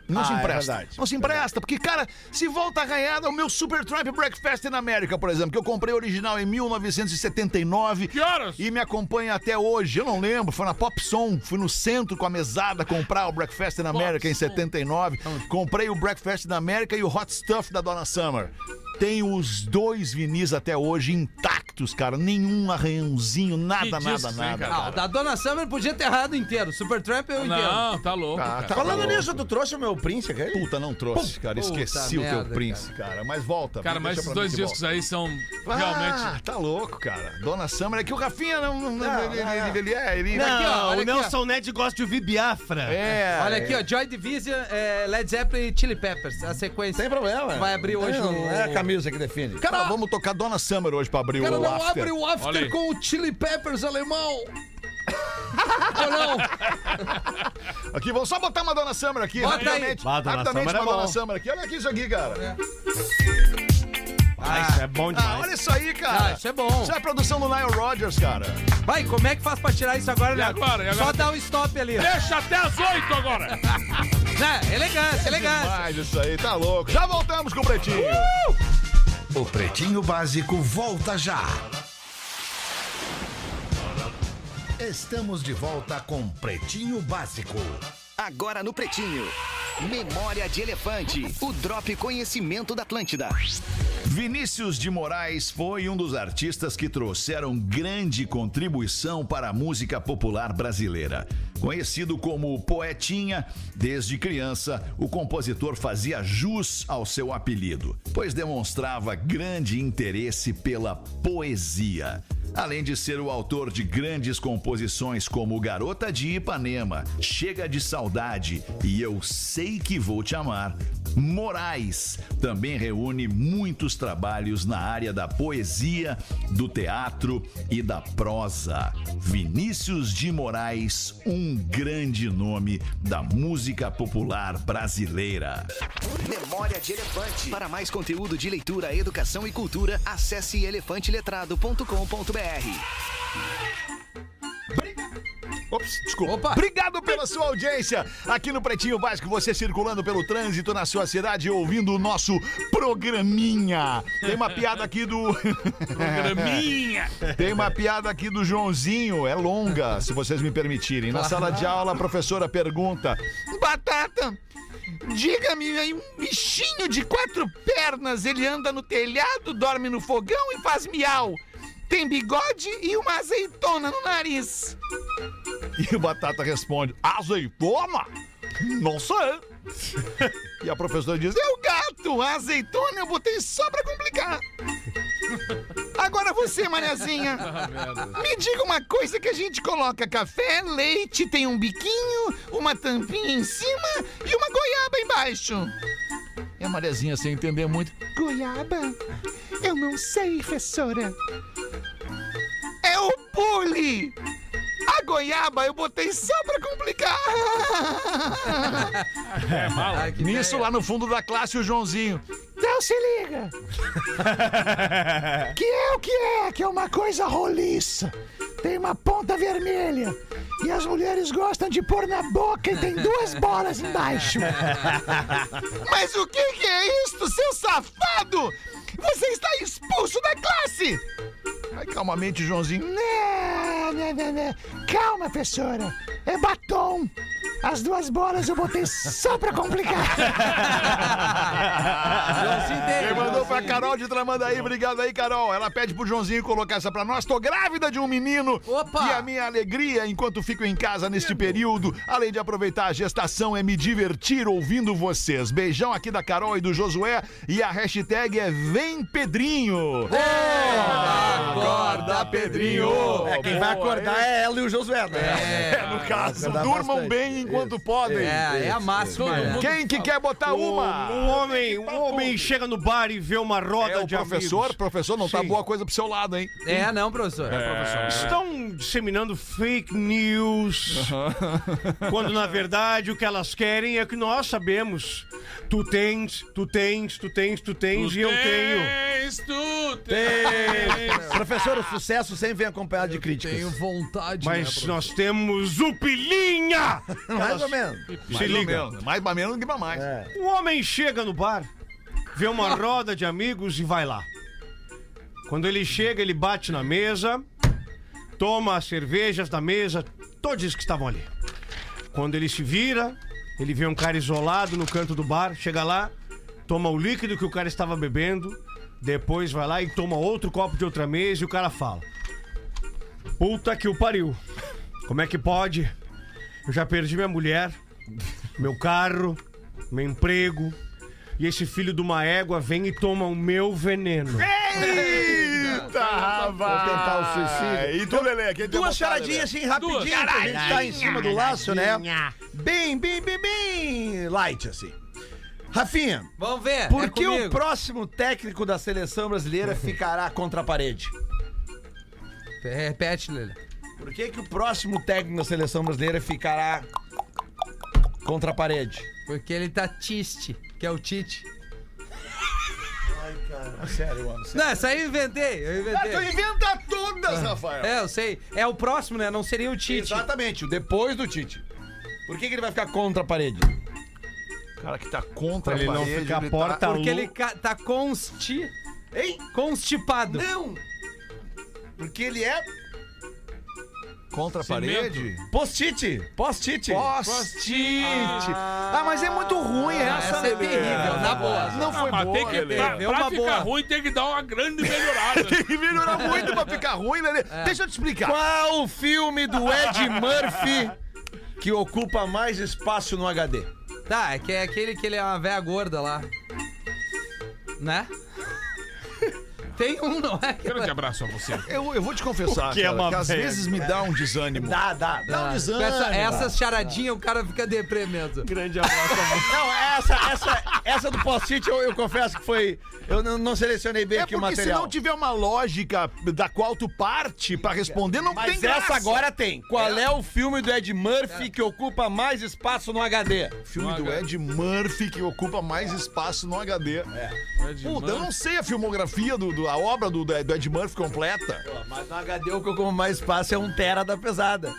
[SPEAKER 2] Não
[SPEAKER 4] Ah,
[SPEAKER 2] se
[SPEAKER 4] é
[SPEAKER 2] empresta.
[SPEAKER 4] verdade.
[SPEAKER 2] não se empresta, porque, cara, se volta arranhada o meu Supertramp Breakfast in America, por exemplo, que eu comprei original em 1979.
[SPEAKER 3] Que horas?
[SPEAKER 2] E me acompanha até hoje. Eu não lembro, foi na Pop Som, fui no centro com a mesada comprar o Breakfast in America em 79. Comprei o Breakfast in America e o Hot Stuff da Donna Summer. Tenho os dois vinis até hoje intactos. cactos, cara. Nenhum arranhãozinho, nada,
[SPEAKER 6] Que
[SPEAKER 2] nada,
[SPEAKER 6] discos, hein,
[SPEAKER 2] nada.
[SPEAKER 6] cara? Ah, o da Dona Summer podia ter errado inteiro. Supertramp eu inteiro.
[SPEAKER 3] Não, tá louco.
[SPEAKER 2] Ah,
[SPEAKER 6] cara.
[SPEAKER 2] tá
[SPEAKER 6] Falando
[SPEAKER 2] louco.
[SPEAKER 6] nisso,
[SPEAKER 4] tu trouxe o meu Prince aqui?
[SPEAKER 2] Puta, não trouxe,
[SPEAKER 6] Pum.
[SPEAKER 2] cara. Esqueci
[SPEAKER 6] Puta
[SPEAKER 2] o teu
[SPEAKER 6] merda,
[SPEAKER 2] Prince, cara. Mas volta.
[SPEAKER 3] Cara, mas
[SPEAKER 2] deixa
[SPEAKER 3] esses
[SPEAKER 2] pra mim
[SPEAKER 3] dois
[SPEAKER 2] que
[SPEAKER 3] discos
[SPEAKER 2] volta.
[SPEAKER 3] aí são
[SPEAKER 2] Ah,
[SPEAKER 3] realmente.
[SPEAKER 2] tá louco, cara. Dona Summer, é que o Rafinha não. não, ele, ele, ele é, ele.
[SPEAKER 9] Não,
[SPEAKER 2] Aqui, ó, olha
[SPEAKER 9] o
[SPEAKER 2] aqui, ó.
[SPEAKER 9] Nelson Ned gosta de ouvir Biafra.
[SPEAKER 2] É.
[SPEAKER 6] Olha aqui, ó, Joy Division, é, Led Zeppelin e Chili Peppers, a sequência. Tem
[SPEAKER 4] problema.
[SPEAKER 6] Vai abrir hoje
[SPEAKER 4] Não,
[SPEAKER 6] o...
[SPEAKER 4] não é a camisa que define.
[SPEAKER 2] Cara, Tá, vamos tocar Dona Summer hoje pra abrir
[SPEAKER 6] Cara,
[SPEAKER 2] o
[SPEAKER 6] não
[SPEAKER 2] after.
[SPEAKER 6] abre o
[SPEAKER 2] Olha
[SPEAKER 6] after
[SPEAKER 2] aí.
[SPEAKER 6] com o Chili Peppers alemão. Ou não?
[SPEAKER 2] Aqui, vamos só botar uma Dona Summer aqui,
[SPEAKER 6] Bota aí.
[SPEAKER 2] rapidamente.
[SPEAKER 9] Ah, Dona
[SPEAKER 2] rapidamente
[SPEAKER 9] Summer é
[SPEAKER 2] uma Dona
[SPEAKER 9] bom.
[SPEAKER 2] Summer aqui. Olha aqui isso aqui,
[SPEAKER 6] É.
[SPEAKER 2] cara.
[SPEAKER 9] Ah, isso é bom demais.
[SPEAKER 2] Ah, olha isso aí, cara.
[SPEAKER 6] Ah, isso é bom.
[SPEAKER 2] Isso é a produção do Nile Rodgers, cara.
[SPEAKER 6] Vai, como é que faz pra tirar isso agora,
[SPEAKER 2] E
[SPEAKER 6] Léo?
[SPEAKER 2] agora? E
[SPEAKER 6] Só
[SPEAKER 2] agora? é
[SPEAKER 6] dá um stop ali.
[SPEAKER 3] Deixa até as oito agora!
[SPEAKER 6] Né?
[SPEAKER 2] É
[SPEAKER 6] Elegância, elegância.
[SPEAKER 2] Mas isso aí, tá louco. Já voltamos com o Pretinho.
[SPEAKER 1] O Pretinho Básico volta já. Estamos de volta com Pretinho Básico.
[SPEAKER 16] Agora no Pretinho. Memória de Elefante. O Drop Conhecimento da Atlântida.
[SPEAKER 2] Vinícius de Moraes foi um dos artistas que trouxeram grande contribuição para a música popular brasileira. Conhecido como Poetinha, desde criança, o compositor fazia jus ao seu apelido, pois demonstrava grande interesse pela poesia. Além de ser o autor de grandes composições como Garota de Ipanema, Chega de Saudade e Eu Sei Que Vou Te Amar, Moraes também reúne muitos trabalhos na área da poesia, do teatro e da prosa. Vinícius de Moraes, um grande nome da música popular brasileira.
[SPEAKER 16] Memória de Elefante. Para mais conteúdo de leitura, educação e cultura, acesse elefanteletrado.com.br.
[SPEAKER 2] Ops, desculpa. Obrigado pela sua audiência aqui no Pretinho Básico, você circulando pelo trânsito na sua cidade ouvindo o nosso programinha. Tem uma piada aqui do
[SPEAKER 3] Programinha.
[SPEAKER 2] Tem uma piada aqui do Joãozinho, é longa, se vocês me permitirem. Na sala de aula, a professora pergunta: "Batata, diga-me aí um bichinho de quatro pernas, ele anda no telhado, dorme no fogão e faz miau. Tem bigode e uma azeitona no nariz." E o Batata responde: azeitona? Não sei. E a professora diz: é o gato, a azeitona eu botei só pra complicar. Agora você, Mariazinha, me diga uma coisa que a gente coloca café, leite, tem um biquinho, uma tampinha em cima e uma goiaba embaixo. E a Mariazinha, sem entender muito, Goiaba? Eu não sei, professora. É o pule! A goiaba eu botei só pra complicar!
[SPEAKER 3] É mal.
[SPEAKER 2] Nisso, lá no fundo da classe, o Joãozinho. Então se liga! que é o que é? Que é uma coisa roliça. Tem uma ponta vermelha. E as mulheres gostam de pôr na boca e tem duas bolas embaixo. Mas o que, que é isto, seu safado? Você está expulso da classe! Aí calmamente o Joãozinho. Né, né, né, né. Calma, professora. É batom. As duas bolas eu botei só pra complicar.
[SPEAKER 6] Joãozinho dele,
[SPEAKER 2] Quem mandou
[SPEAKER 6] Joãozinho.
[SPEAKER 2] pra Carol de Tramandaí, obrigado aí, Carol. Ela pede pro Joãozinho colocar essa pra nós. Tô grávida de um menino.
[SPEAKER 6] Opa!
[SPEAKER 2] E a minha alegria enquanto fico em casa neste período, além de aproveitar a gestação, é me divertir ouvindo vocês. Beijão aqui da Carol e do Josué. E a hashtag é Vem Pedrinho.
[SPEAKER 6] Acorda, Pedrinho.
[SPEAKER 4] É, quem vai acordar é ela e o Josué, né?
[SPEAKER 2] É, no caso,
[SPEAKER 4] acordar
[SPEAKER 2] durmam
[SPEAKER 4] bastante.
[SPEAKER 2] bem enquanto podem.
[SPEAKER 6] É, é a máxima.
[SPEAKER 3] Todo
[SPEAKER 6] né?
[SPEAKER 3] mundo-
[SPEAKER 2] Quem que quer botar uma? tá
[SPEAKER 9] Um homem, um homem chega no bar e vê uma roda
[SPEAKER 2] É o
[SPEAKER 9] de
[SPEAKER 2] professor,
[SPEAKER 9] amigos.
[SPEAKER 2] professor, não tá
[SPEAKER 9] Sim.
[SPEAKER 2] boa coisa pro seu lado, hein?
[SPEAKER 6] É, não, professor.
[SPEAKER 9] Estão disseminando fake news. Quando na verdade o que elas querem é que nós sabemos. Tu tens, tu tens, tu tens, tu tens e eu
[SPEAKER 2] é,
[SPEAKER 9] tenho.
[SPEAKER 3] Tens, tu
[SPEAKER 4] Tens.
[SPEAKER 3] tens.
[SPEAKER 4] Professor, o sucesso sempre vem acompanhado de críticas.
[SPEAKER 6] Tenho vontade, né,
[SPEAKER 9] Mas
[SPEAKER 6] professor?
[SPEAKER 9] nós temos o pilinha!
[SPEAKER 4] Mais ou menos.
[SPEAKER 9] Se liga.
[SPEAKER 2] Mais pra menos que pra mais.
[SPEAKER 9] Um homem chega no bar, vê uma roda de amigos e vai lá. Quando ele chega, ele bate na mesa, toma as cervejas da mesa, todos que estavam ali. Quando ele se vira, ele vê um cara isolado no canto do bar, chega lá, toma o líquido que o cara estava bebendo, Depois vai lá e toma outro copo de outra mesa e o cara fala: Puta que o pariu. Como é que pode? Eu já perdi minha mulher, meu carro, meu emprego. E esse filho de uma égua vem e toma o meu veneno.
[SPEAKER 2] Eita, rapaz!
[SPEAKER 4] Vou tentar o suicídio.
[SPEAKER 2] E tu, Lelê, quem tem uma
[SPEAKER 4] Duas charadinhas
[SPEAKER 2] parada?
[SPEAKER 4] assim, rapidinho,
[SPEAKER 2] né? Duas.
[SPEAKER 4] que a gente tá em
[SPEAKER 2] Caralho.
[SPEAKER 4] cima do laço, né? Bem, bem, bem, bem light, assim. Rafinha,
[SPEAKER 6] Vamos ver.
[SPEAKER 4] por
[SPEAKER 6] é
[SPEAKER 4] que
[SPEAKER 6] comigo.
[SPEAKER 4] o próximo técnico da seleção brasileira ficará contra a parede?
[SPEAKER 6] Repete, Lele.
[SPEAKER 4] Por que, que o próximo técnico da seleção brasileira ficará contra a parede?
[SPEAKER 6] Porque ele tá tiste, que é o Tite.
[SPEAKER 4] Ai, cara, sério, eu amo.
[SPEAKER 6] Não, essa aí eu inventei, eu inventei.
[SPEAKER 4] Ah, tu inventa todas, Rafael.
[SPEAKER 6] É, eu sei. É o próximo, né? Não seria o Tite.
[SPEAKER 4] Exatamente, o depois do Tite. Por que, que ele vai ficar contra a parede?
[SPEAKER 2] O cara que tá contra
[SPEAKER 9] Pra ele
[SPEAKER 2] a
[SPEAKER 9] não
[SPEAKER 2] parede.
[SPEAKER 9] ficar
[SPEAKER 2] ele
[SPEAKER 9] porta
[SPEAKER 2] tá...
[SPEAKER 6] Porque ele ca- tá consti...
[SPEAKER 4] Hein?
[SPEAKER 6] Constipado.
[SPEAKER 4] Não! Porque ele é
[SPEAKER 2] Contra a parede?
[SPEAKER 4] Post-it! Post-it!
[SPEAKER 2] Post-it! Ah, mas é muito ruim
[SPEAKER 4] Ah,
[SPEAKER 2] essa,
[SPEAKER 4] essa é
[SPEAKER 2] Lelê.
[SPEAKER 4] terrível, na boa.
[SPEAKER 2] Não foi
[SPEAKER 3] mas
[SPEAKER 2] boa,
[SPEAKER 3] tem que,
[SPEAKER 2] Lelê.
[SPEAKER 3] pra,
[SPEAKER 4] É
[SPEAKER 3] pra
[SPEAKER 4] uma
[SPEAKER 3] ficar
[SPEAKER 4] boa.
[SPEAKER 3] ruim tem que dar uma grande melhorada.
[SPEAKER 2] Tem que melhorar muito pra ficar ruim, Lelê. Deixa eu te explicar.
[SPEAKER 4] Qual o filme do Ed Murphy que ocupa mais espaço no HD?
[SPEAKER 6] Tá, é que é aquele que ele é uma véia gorda lá. Né? Tem um, não é?
[SPEAKER 3] Grande abraço a você.
[SPEAKER 2] Eu, eu vou te confessar,
[SPEAKER 4] que é
[SPEAKER 2] cara,
[SPEAKER 4] uma
[SPEAKER 2] que às
[SPEAKER 4] velha,
[SPEAKER 2] vezes me dá um desânimo.
[SPEAKER 4] Dá, dá, dá.
[SPEAKER 2] um
[SPEAKER 6] Com
[SPEAKER 2] desânimo.
[SPEAKER 6] essa, essas charadinhas o cara fica deprimido.
[SPEAKER 9] Grande abraço.
[SPEAKER 4] Não, essa, essa, essa do post-it eu, eu confesso que foi. Eu não, não selecionei bem
[SPEAKER 2] É
[SPEAKER 4] aqui o
[SPEAKER 2] porque se
[SPEAKER 4] material.
[SPEAKER 2] não tiver uma lógica da qual tu parte pra responder, não
[SPEAKER 4] Mas
[SPEAKER 2] tem
[SPEAKER 4] essa
[SPEAKER 2] graça. É.
[SPEAKER 4] agora tem. Qual é. o filme do Ed Murphy que ocupa mais espaço no HD?
[SPEAKER 2] Filme do Ed Murphy que ocupa mais espaço no HD. É. Puta, eu não sei a filmografia, do, do- a obra do, do Ed Murphy completa.
[SPEAKER 4] Mas no HD o que ocupa mais espaço é um Tera da pesada.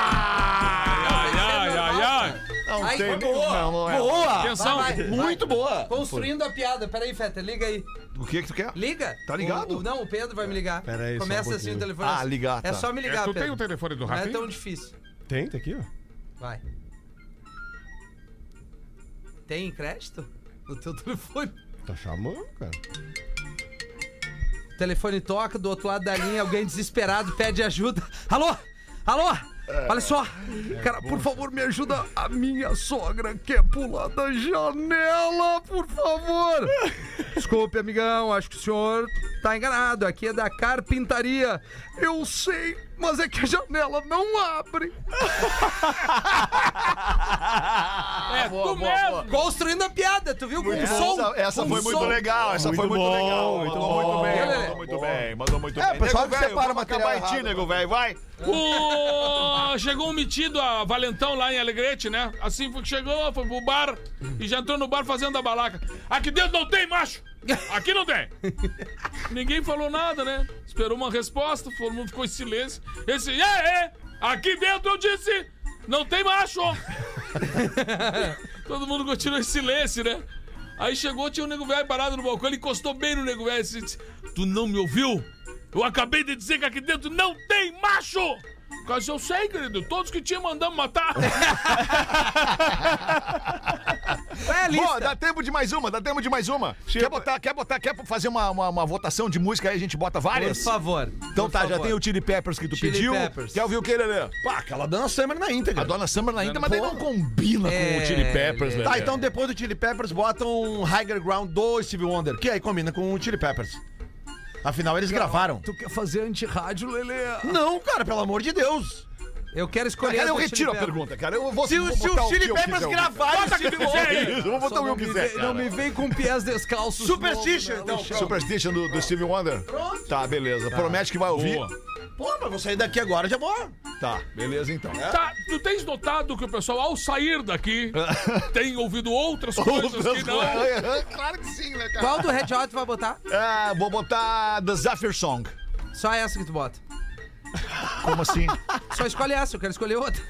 [SPEAKER 3] Ai, ai, ai, ai.
[SPEAKER 2] Não
[SPEAKER 6] Ai,
[SPEAKER 2] tem.
[SPEAKER 6] boa,
[SPEAKER 2] não, não é.
[SPEAKER 4] Boa!
[SPEAKER 3] Atenção.
[SPEAKER 6] Ah, Vai, vai,
[SPEAKER 4] Muito boa!
[SPEAKER 6] Construindo a piada. Peraí, Feta, liga aí.
[SPEAKER 2] O que que tu quer?
[SPEAKER 6] Liga.
[SPEAKER 2] Tá ligado?
[SPEAKER 6] O- o- não, o Pedro vai me ligar.
[SPEAKER 9] Peraí, só
[SPEAKER 6] Começa
[SPEAKER 9] um
[SPEAKER 6] assim o
[SPEAKER 9] pouquinho.
[SPEAKER 6] telefone.
[SPEAKER 2] Ah, ligar,
[SPEAKER 6] É
[SPEAKER 2] tá.
[SPEAKER 6] só me
[SPEAKER 3] É,
[SPEAKER 6] ligar,
[SPEAKER 3] tu
[SPEAKER 6] Pedro.
[SPEAKER 3] tem o telefone do
[SPEAKER 6] Não é
[SPEAKER 3] Rafinha?
[SPEAKER 4] Então,
[SPEAKER 6] tão difícil.
[SPEAKER 9] Tem, tá aqui, ó.
[SPEAKER 6] Vai. Tem crédito? No teu telefone.
[SPEAKER 9] Tá chamando, cara.
[SPEAKER 6] O telefone toca, do outro lado da linha, alguém desesperado pede ajuda. Alô? Alô?
[SPEAKER 2] É.
[SPEAKER 6] Olha só.
[SPEAKER 9] É
[SPEAKER 17] Cara, por favor, me ajuda. A minha sogra quer pular da janela, por favor.
[SPEAKER 6] Desculpe, amigão, acho que o senhor tá enganado. Aqui é da carpintaria.
[SPEAKER 17] Eu sei, mas é que a janela não abre.
[SPEAKER 3] É, tu mesmo.
[SPEAKER 6] Construindo a piada, tu viu? Com
[SPEAKER 2] É.
[SPEAKER 6] um som.
[SPEAKER 2] Essa, essa
[SPEAKER 6] com
[SPEAKER 2] foi
[SPEAKER 6] um
[SPEAKER 2] muito
[SPEAKER 6] som.
[SPEAKER 2] legal, essa foi muito legal. Mandou muito, bem,
[SPEAKER 6] Olha,
[SPEAKER 2] mandou muito bem, mandou muito
[SPEAKER 4] É,
[SPEAKER 2] bem.
[SPEAKER 4] o pessoal
[SPEAKER 2] Nego
[SPEAKER 4] que separa
[SPEAKER 2] velho,
[SPEAKER 4] o material
[SPEAKER 2] vamos acabar em ti,
[SPEAKER 4] errado.
[SPEAKER 2] nego velho, vai.
[SPEAKER 3] Ô, chegou um metido a Valentão lá em Alegrete, né? Assim foi que chegou, foi pro bar e já entrou no bar fazendo a balaca. Aqui dentro não tem macho! Aqui não tem! Ninguém falou nada, né? Esperou uma resposta, todo mundo ficou em silêncio. Esse, é, é! Aqui dentro eu disse, não tem macho! todo mundo continuou em silêncio, né? Aí chegou, tinha um nego velho parado no balcão, ele encostou bem no nego velho e disse: Tu não me ouviu? Eu acabei de dizer que aqui dentro não tem macho! Caso eu sei, querido, todos que tinham mandamos matar.
[SPEAKER 6] É, lista.
[SPEAKER 2] Boa, dá tempo de mais uma, dá tempo de mais uma. Quer botar, quer botar, quer fazer uma, uma, uma votação de música aí, a gente bota
[SPEAKER 6] Por
[SPEAKER 2] várias?
[SPEAKER 6] favor.
[SPEAKER 2] Então
[SPEAKER 6] por
[SPEAKER 2] tá, já
[SPEAKER 6] favor.
[SPEAKER 2] tem o Chili Peppers que tu
[SPEAKER 6] Chili
[SPEAKER 2] pediu.
[SPEAKER 6] Peppers.
[SPEAKER 2] Quer ouvir o que, Lelê?
[SPEAKER 4] Pá, aquela Dana Summer na íntegra.
[SPEAKER 2] A Dona Summer ainda, mas daí não combina com
[SPEAKER 6] É,
[SPEAKER 2] o Chili Peppers, né, Lelê.
[SPEAKER 4] Tá, então depois do Chili Peppers botam um Higher Ground do Steve Wonder, que aí combina com o Chili Peppers. Afinal, eles gravaram.
[SPEAKER 17] Tu quer fazer anti-rádio, Lelê?
[SPEAKER 4] Não, cara, pelo amor de Deus.
[SPEAKER 6] Eu quero escolher.
[SPEAKER 2] Cara, eu
[SPEAKER 6] essa
[SPEAKER 2] retiro a
[SPEAKER 6] Chili Pepper.
[SPEAKER 2] pergunta, cara. Eu vou
[SPEAKER 4] Se,
[SPEAKER 2] vou
[SPEAKER 4] o- se
[SPEAKER 2] botar
[SPEAKER 4] o Chili
[SPEAKER 2] que eu
[SPEAKER 4] Peppers
[SPEAKER 2] quiser. É
[SPEAKER 4] gravarem o Steve Wonder...
[SPEAKER 2] Eu vou botar
[SPEAKER 17] Só
[SPEAKER 2] o que eu
[SPEAKER 17] não me
[SPEAKER 2] quiser,
[SPEAKER 17] vem- Não me
[SPEAKER 2] cara.
[SPEAKER 17] vem com pés descalços.
[SPEAKER 4] Superstition,
[SPEAKER 17] não,
[SPEAKER 4] então,
[SPEAKER 17] Alexandre.
[SPEAKER 4] pronto.
[SPEAKER 2] Superstition do, do Steve Wonder? Pronto. Tá, beleza. Promete que vai ouvir?
[SPEAKER 3] Boa.
[SPEAKER 4] Pô, mas vou sair daqui agora, já vou.
[SPEAKER 2] Tá, beleza então.
[SPEAKER 3] Tá, tu tens notado que o pessoal, ao sair daqui, tem ouvido outras coisas que não.
[SPEAKER 2] Claro que sim, né, cara?
[SPEAKER 6] Qual do Red Hot tu vai botar?
[SPEAKER 2] Ah, vou botar The Zafir Song.
[SPEAKER 6] Só essa que tu bota.
[SPEAKER 2] Como assim?
[SPEAKER 6] Só escolhe essa, eu quero escolher outra.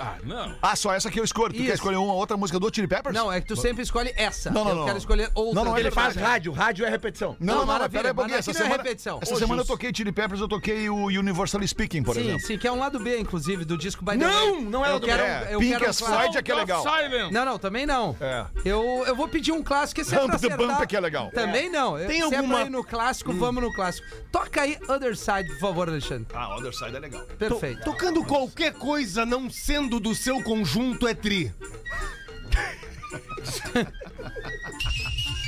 [SPEAKER 18] Ah, não.
[SPEAKER 2] Ah, só essa que eu escolho. Tu
[SPEAKER 6] Isso.
[SPEAKER 2] quer escolher uma outra música do Chili Peppers?
[SPEAKER 6] Não, é que tu sempre escolhe essa.
[SPEAKER 2] Não, não,
[SPEAKER 6] eu
[SPEAKER 2] não.
[SPEAKER 6] quero escolher outra.
[SPEAKER 2] Não, não, é
[SPEAKER 6] Ele
[SPEAKER 2] verdade.
[SPEAKER 6] faz rádio, rádio é repetição.
[SPEAKER 2] Não, não, não,
[SPEAKER 6] maravilha,
[SPEAKER 2] pera aí, um pouquinho.
[SPEAKER 6] mas
[SPEAKER 2] essa
[SPEAKER 6] aqui não é
[SPEAKER 2] semana,
[SPEAKER 6] repetição.
[SPEAKER 2] Essa
[SPEAKER 6] Ô,
[SPEAKER 2] semana eu
[SPEAKER 6] Gilson.
[SPEAKER 2] toquei Chili Peppers, eu toquei o Universal Speaking, por
[SPEAKER 6] sim,
[SPEAKER 2] exemplo.
[SPEAKER 6] Sim, que é um lado B, inclusive, do disco By the
[SPEAKER 2] Não,
[SPEAKER 6] Way.
[SPEAKER 2] não é
[SPEAKER 6] eu
[SPEAKER 2] lado B.
[SPEAKER 6] quero,
[SPEAKER 2] É,
[SPEAKER 6] eu
[SPEAKER 2] Pink
[SPEAKER 6] quero um
[SPEAKER 2] as
[SPEAKER 6] clássico.
[SPEAKER 2] Floyd é que é
[SPEAKER 3] Tá
[SPEAKER 2] legal. Silent.
[SPEAKER 6] Não, não, também não. Eu, eu vou pedir um clássico, esse é
[SPEAKER 2] Bump
[SPEAKER 6] pra
[SPEAKER 2] the
[SPEAKER 6] acertar.
[SPEAKER 2] Bump é que é legal.
[SPEAKER 6] Também não.
[SPEAKER 2] Tem
[SPEAKER 6] Se é
[SPEAKER 2] alguma- Hum.
[SPEAKER 6] pra ir no clássico, vamos no clássico. Toca aí Other Side, por favor, Alexandre.
[SPEAKER 2] Ah, Other Side é legal.
[SPEAKER 6] Perfeito.
[SPEAKER 8] Tocando qualquer coisa não sendo do seu conjunto é tri.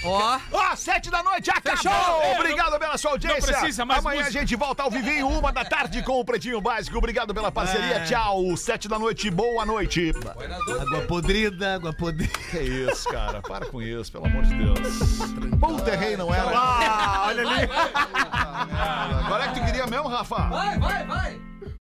[SPEAKER 6] Ó.
[SPEAKER 2] Ó, sete da noite, acabou!
[SPEAKER 3] Fechou!
[SPEAKER 2] Obrigado pela sua audiência.
[SPEAKER 3] Não precisa mais
[SPEAKER 2] Amanhã
[SPEAKER 3] música.
[SPEAKER 2] a gente volta ao vivo em uma da tarde com o Pretinho Básico. Obrigado pela parceria.
[SPEAKER 8] É.
[SPEAKER 2] Tchau. Sete da noite, boa noite.
[SPEAKER 8] Água podrida, água podrida.
[SPEAKER 2] Que isso, cara. Para com isso, pelo amor de Deus. Bom terreno não era. Ah, olha ali. Agora é que tu queria mesmo, Rafa?
[SPEAKER 6] Vai, vai, vai.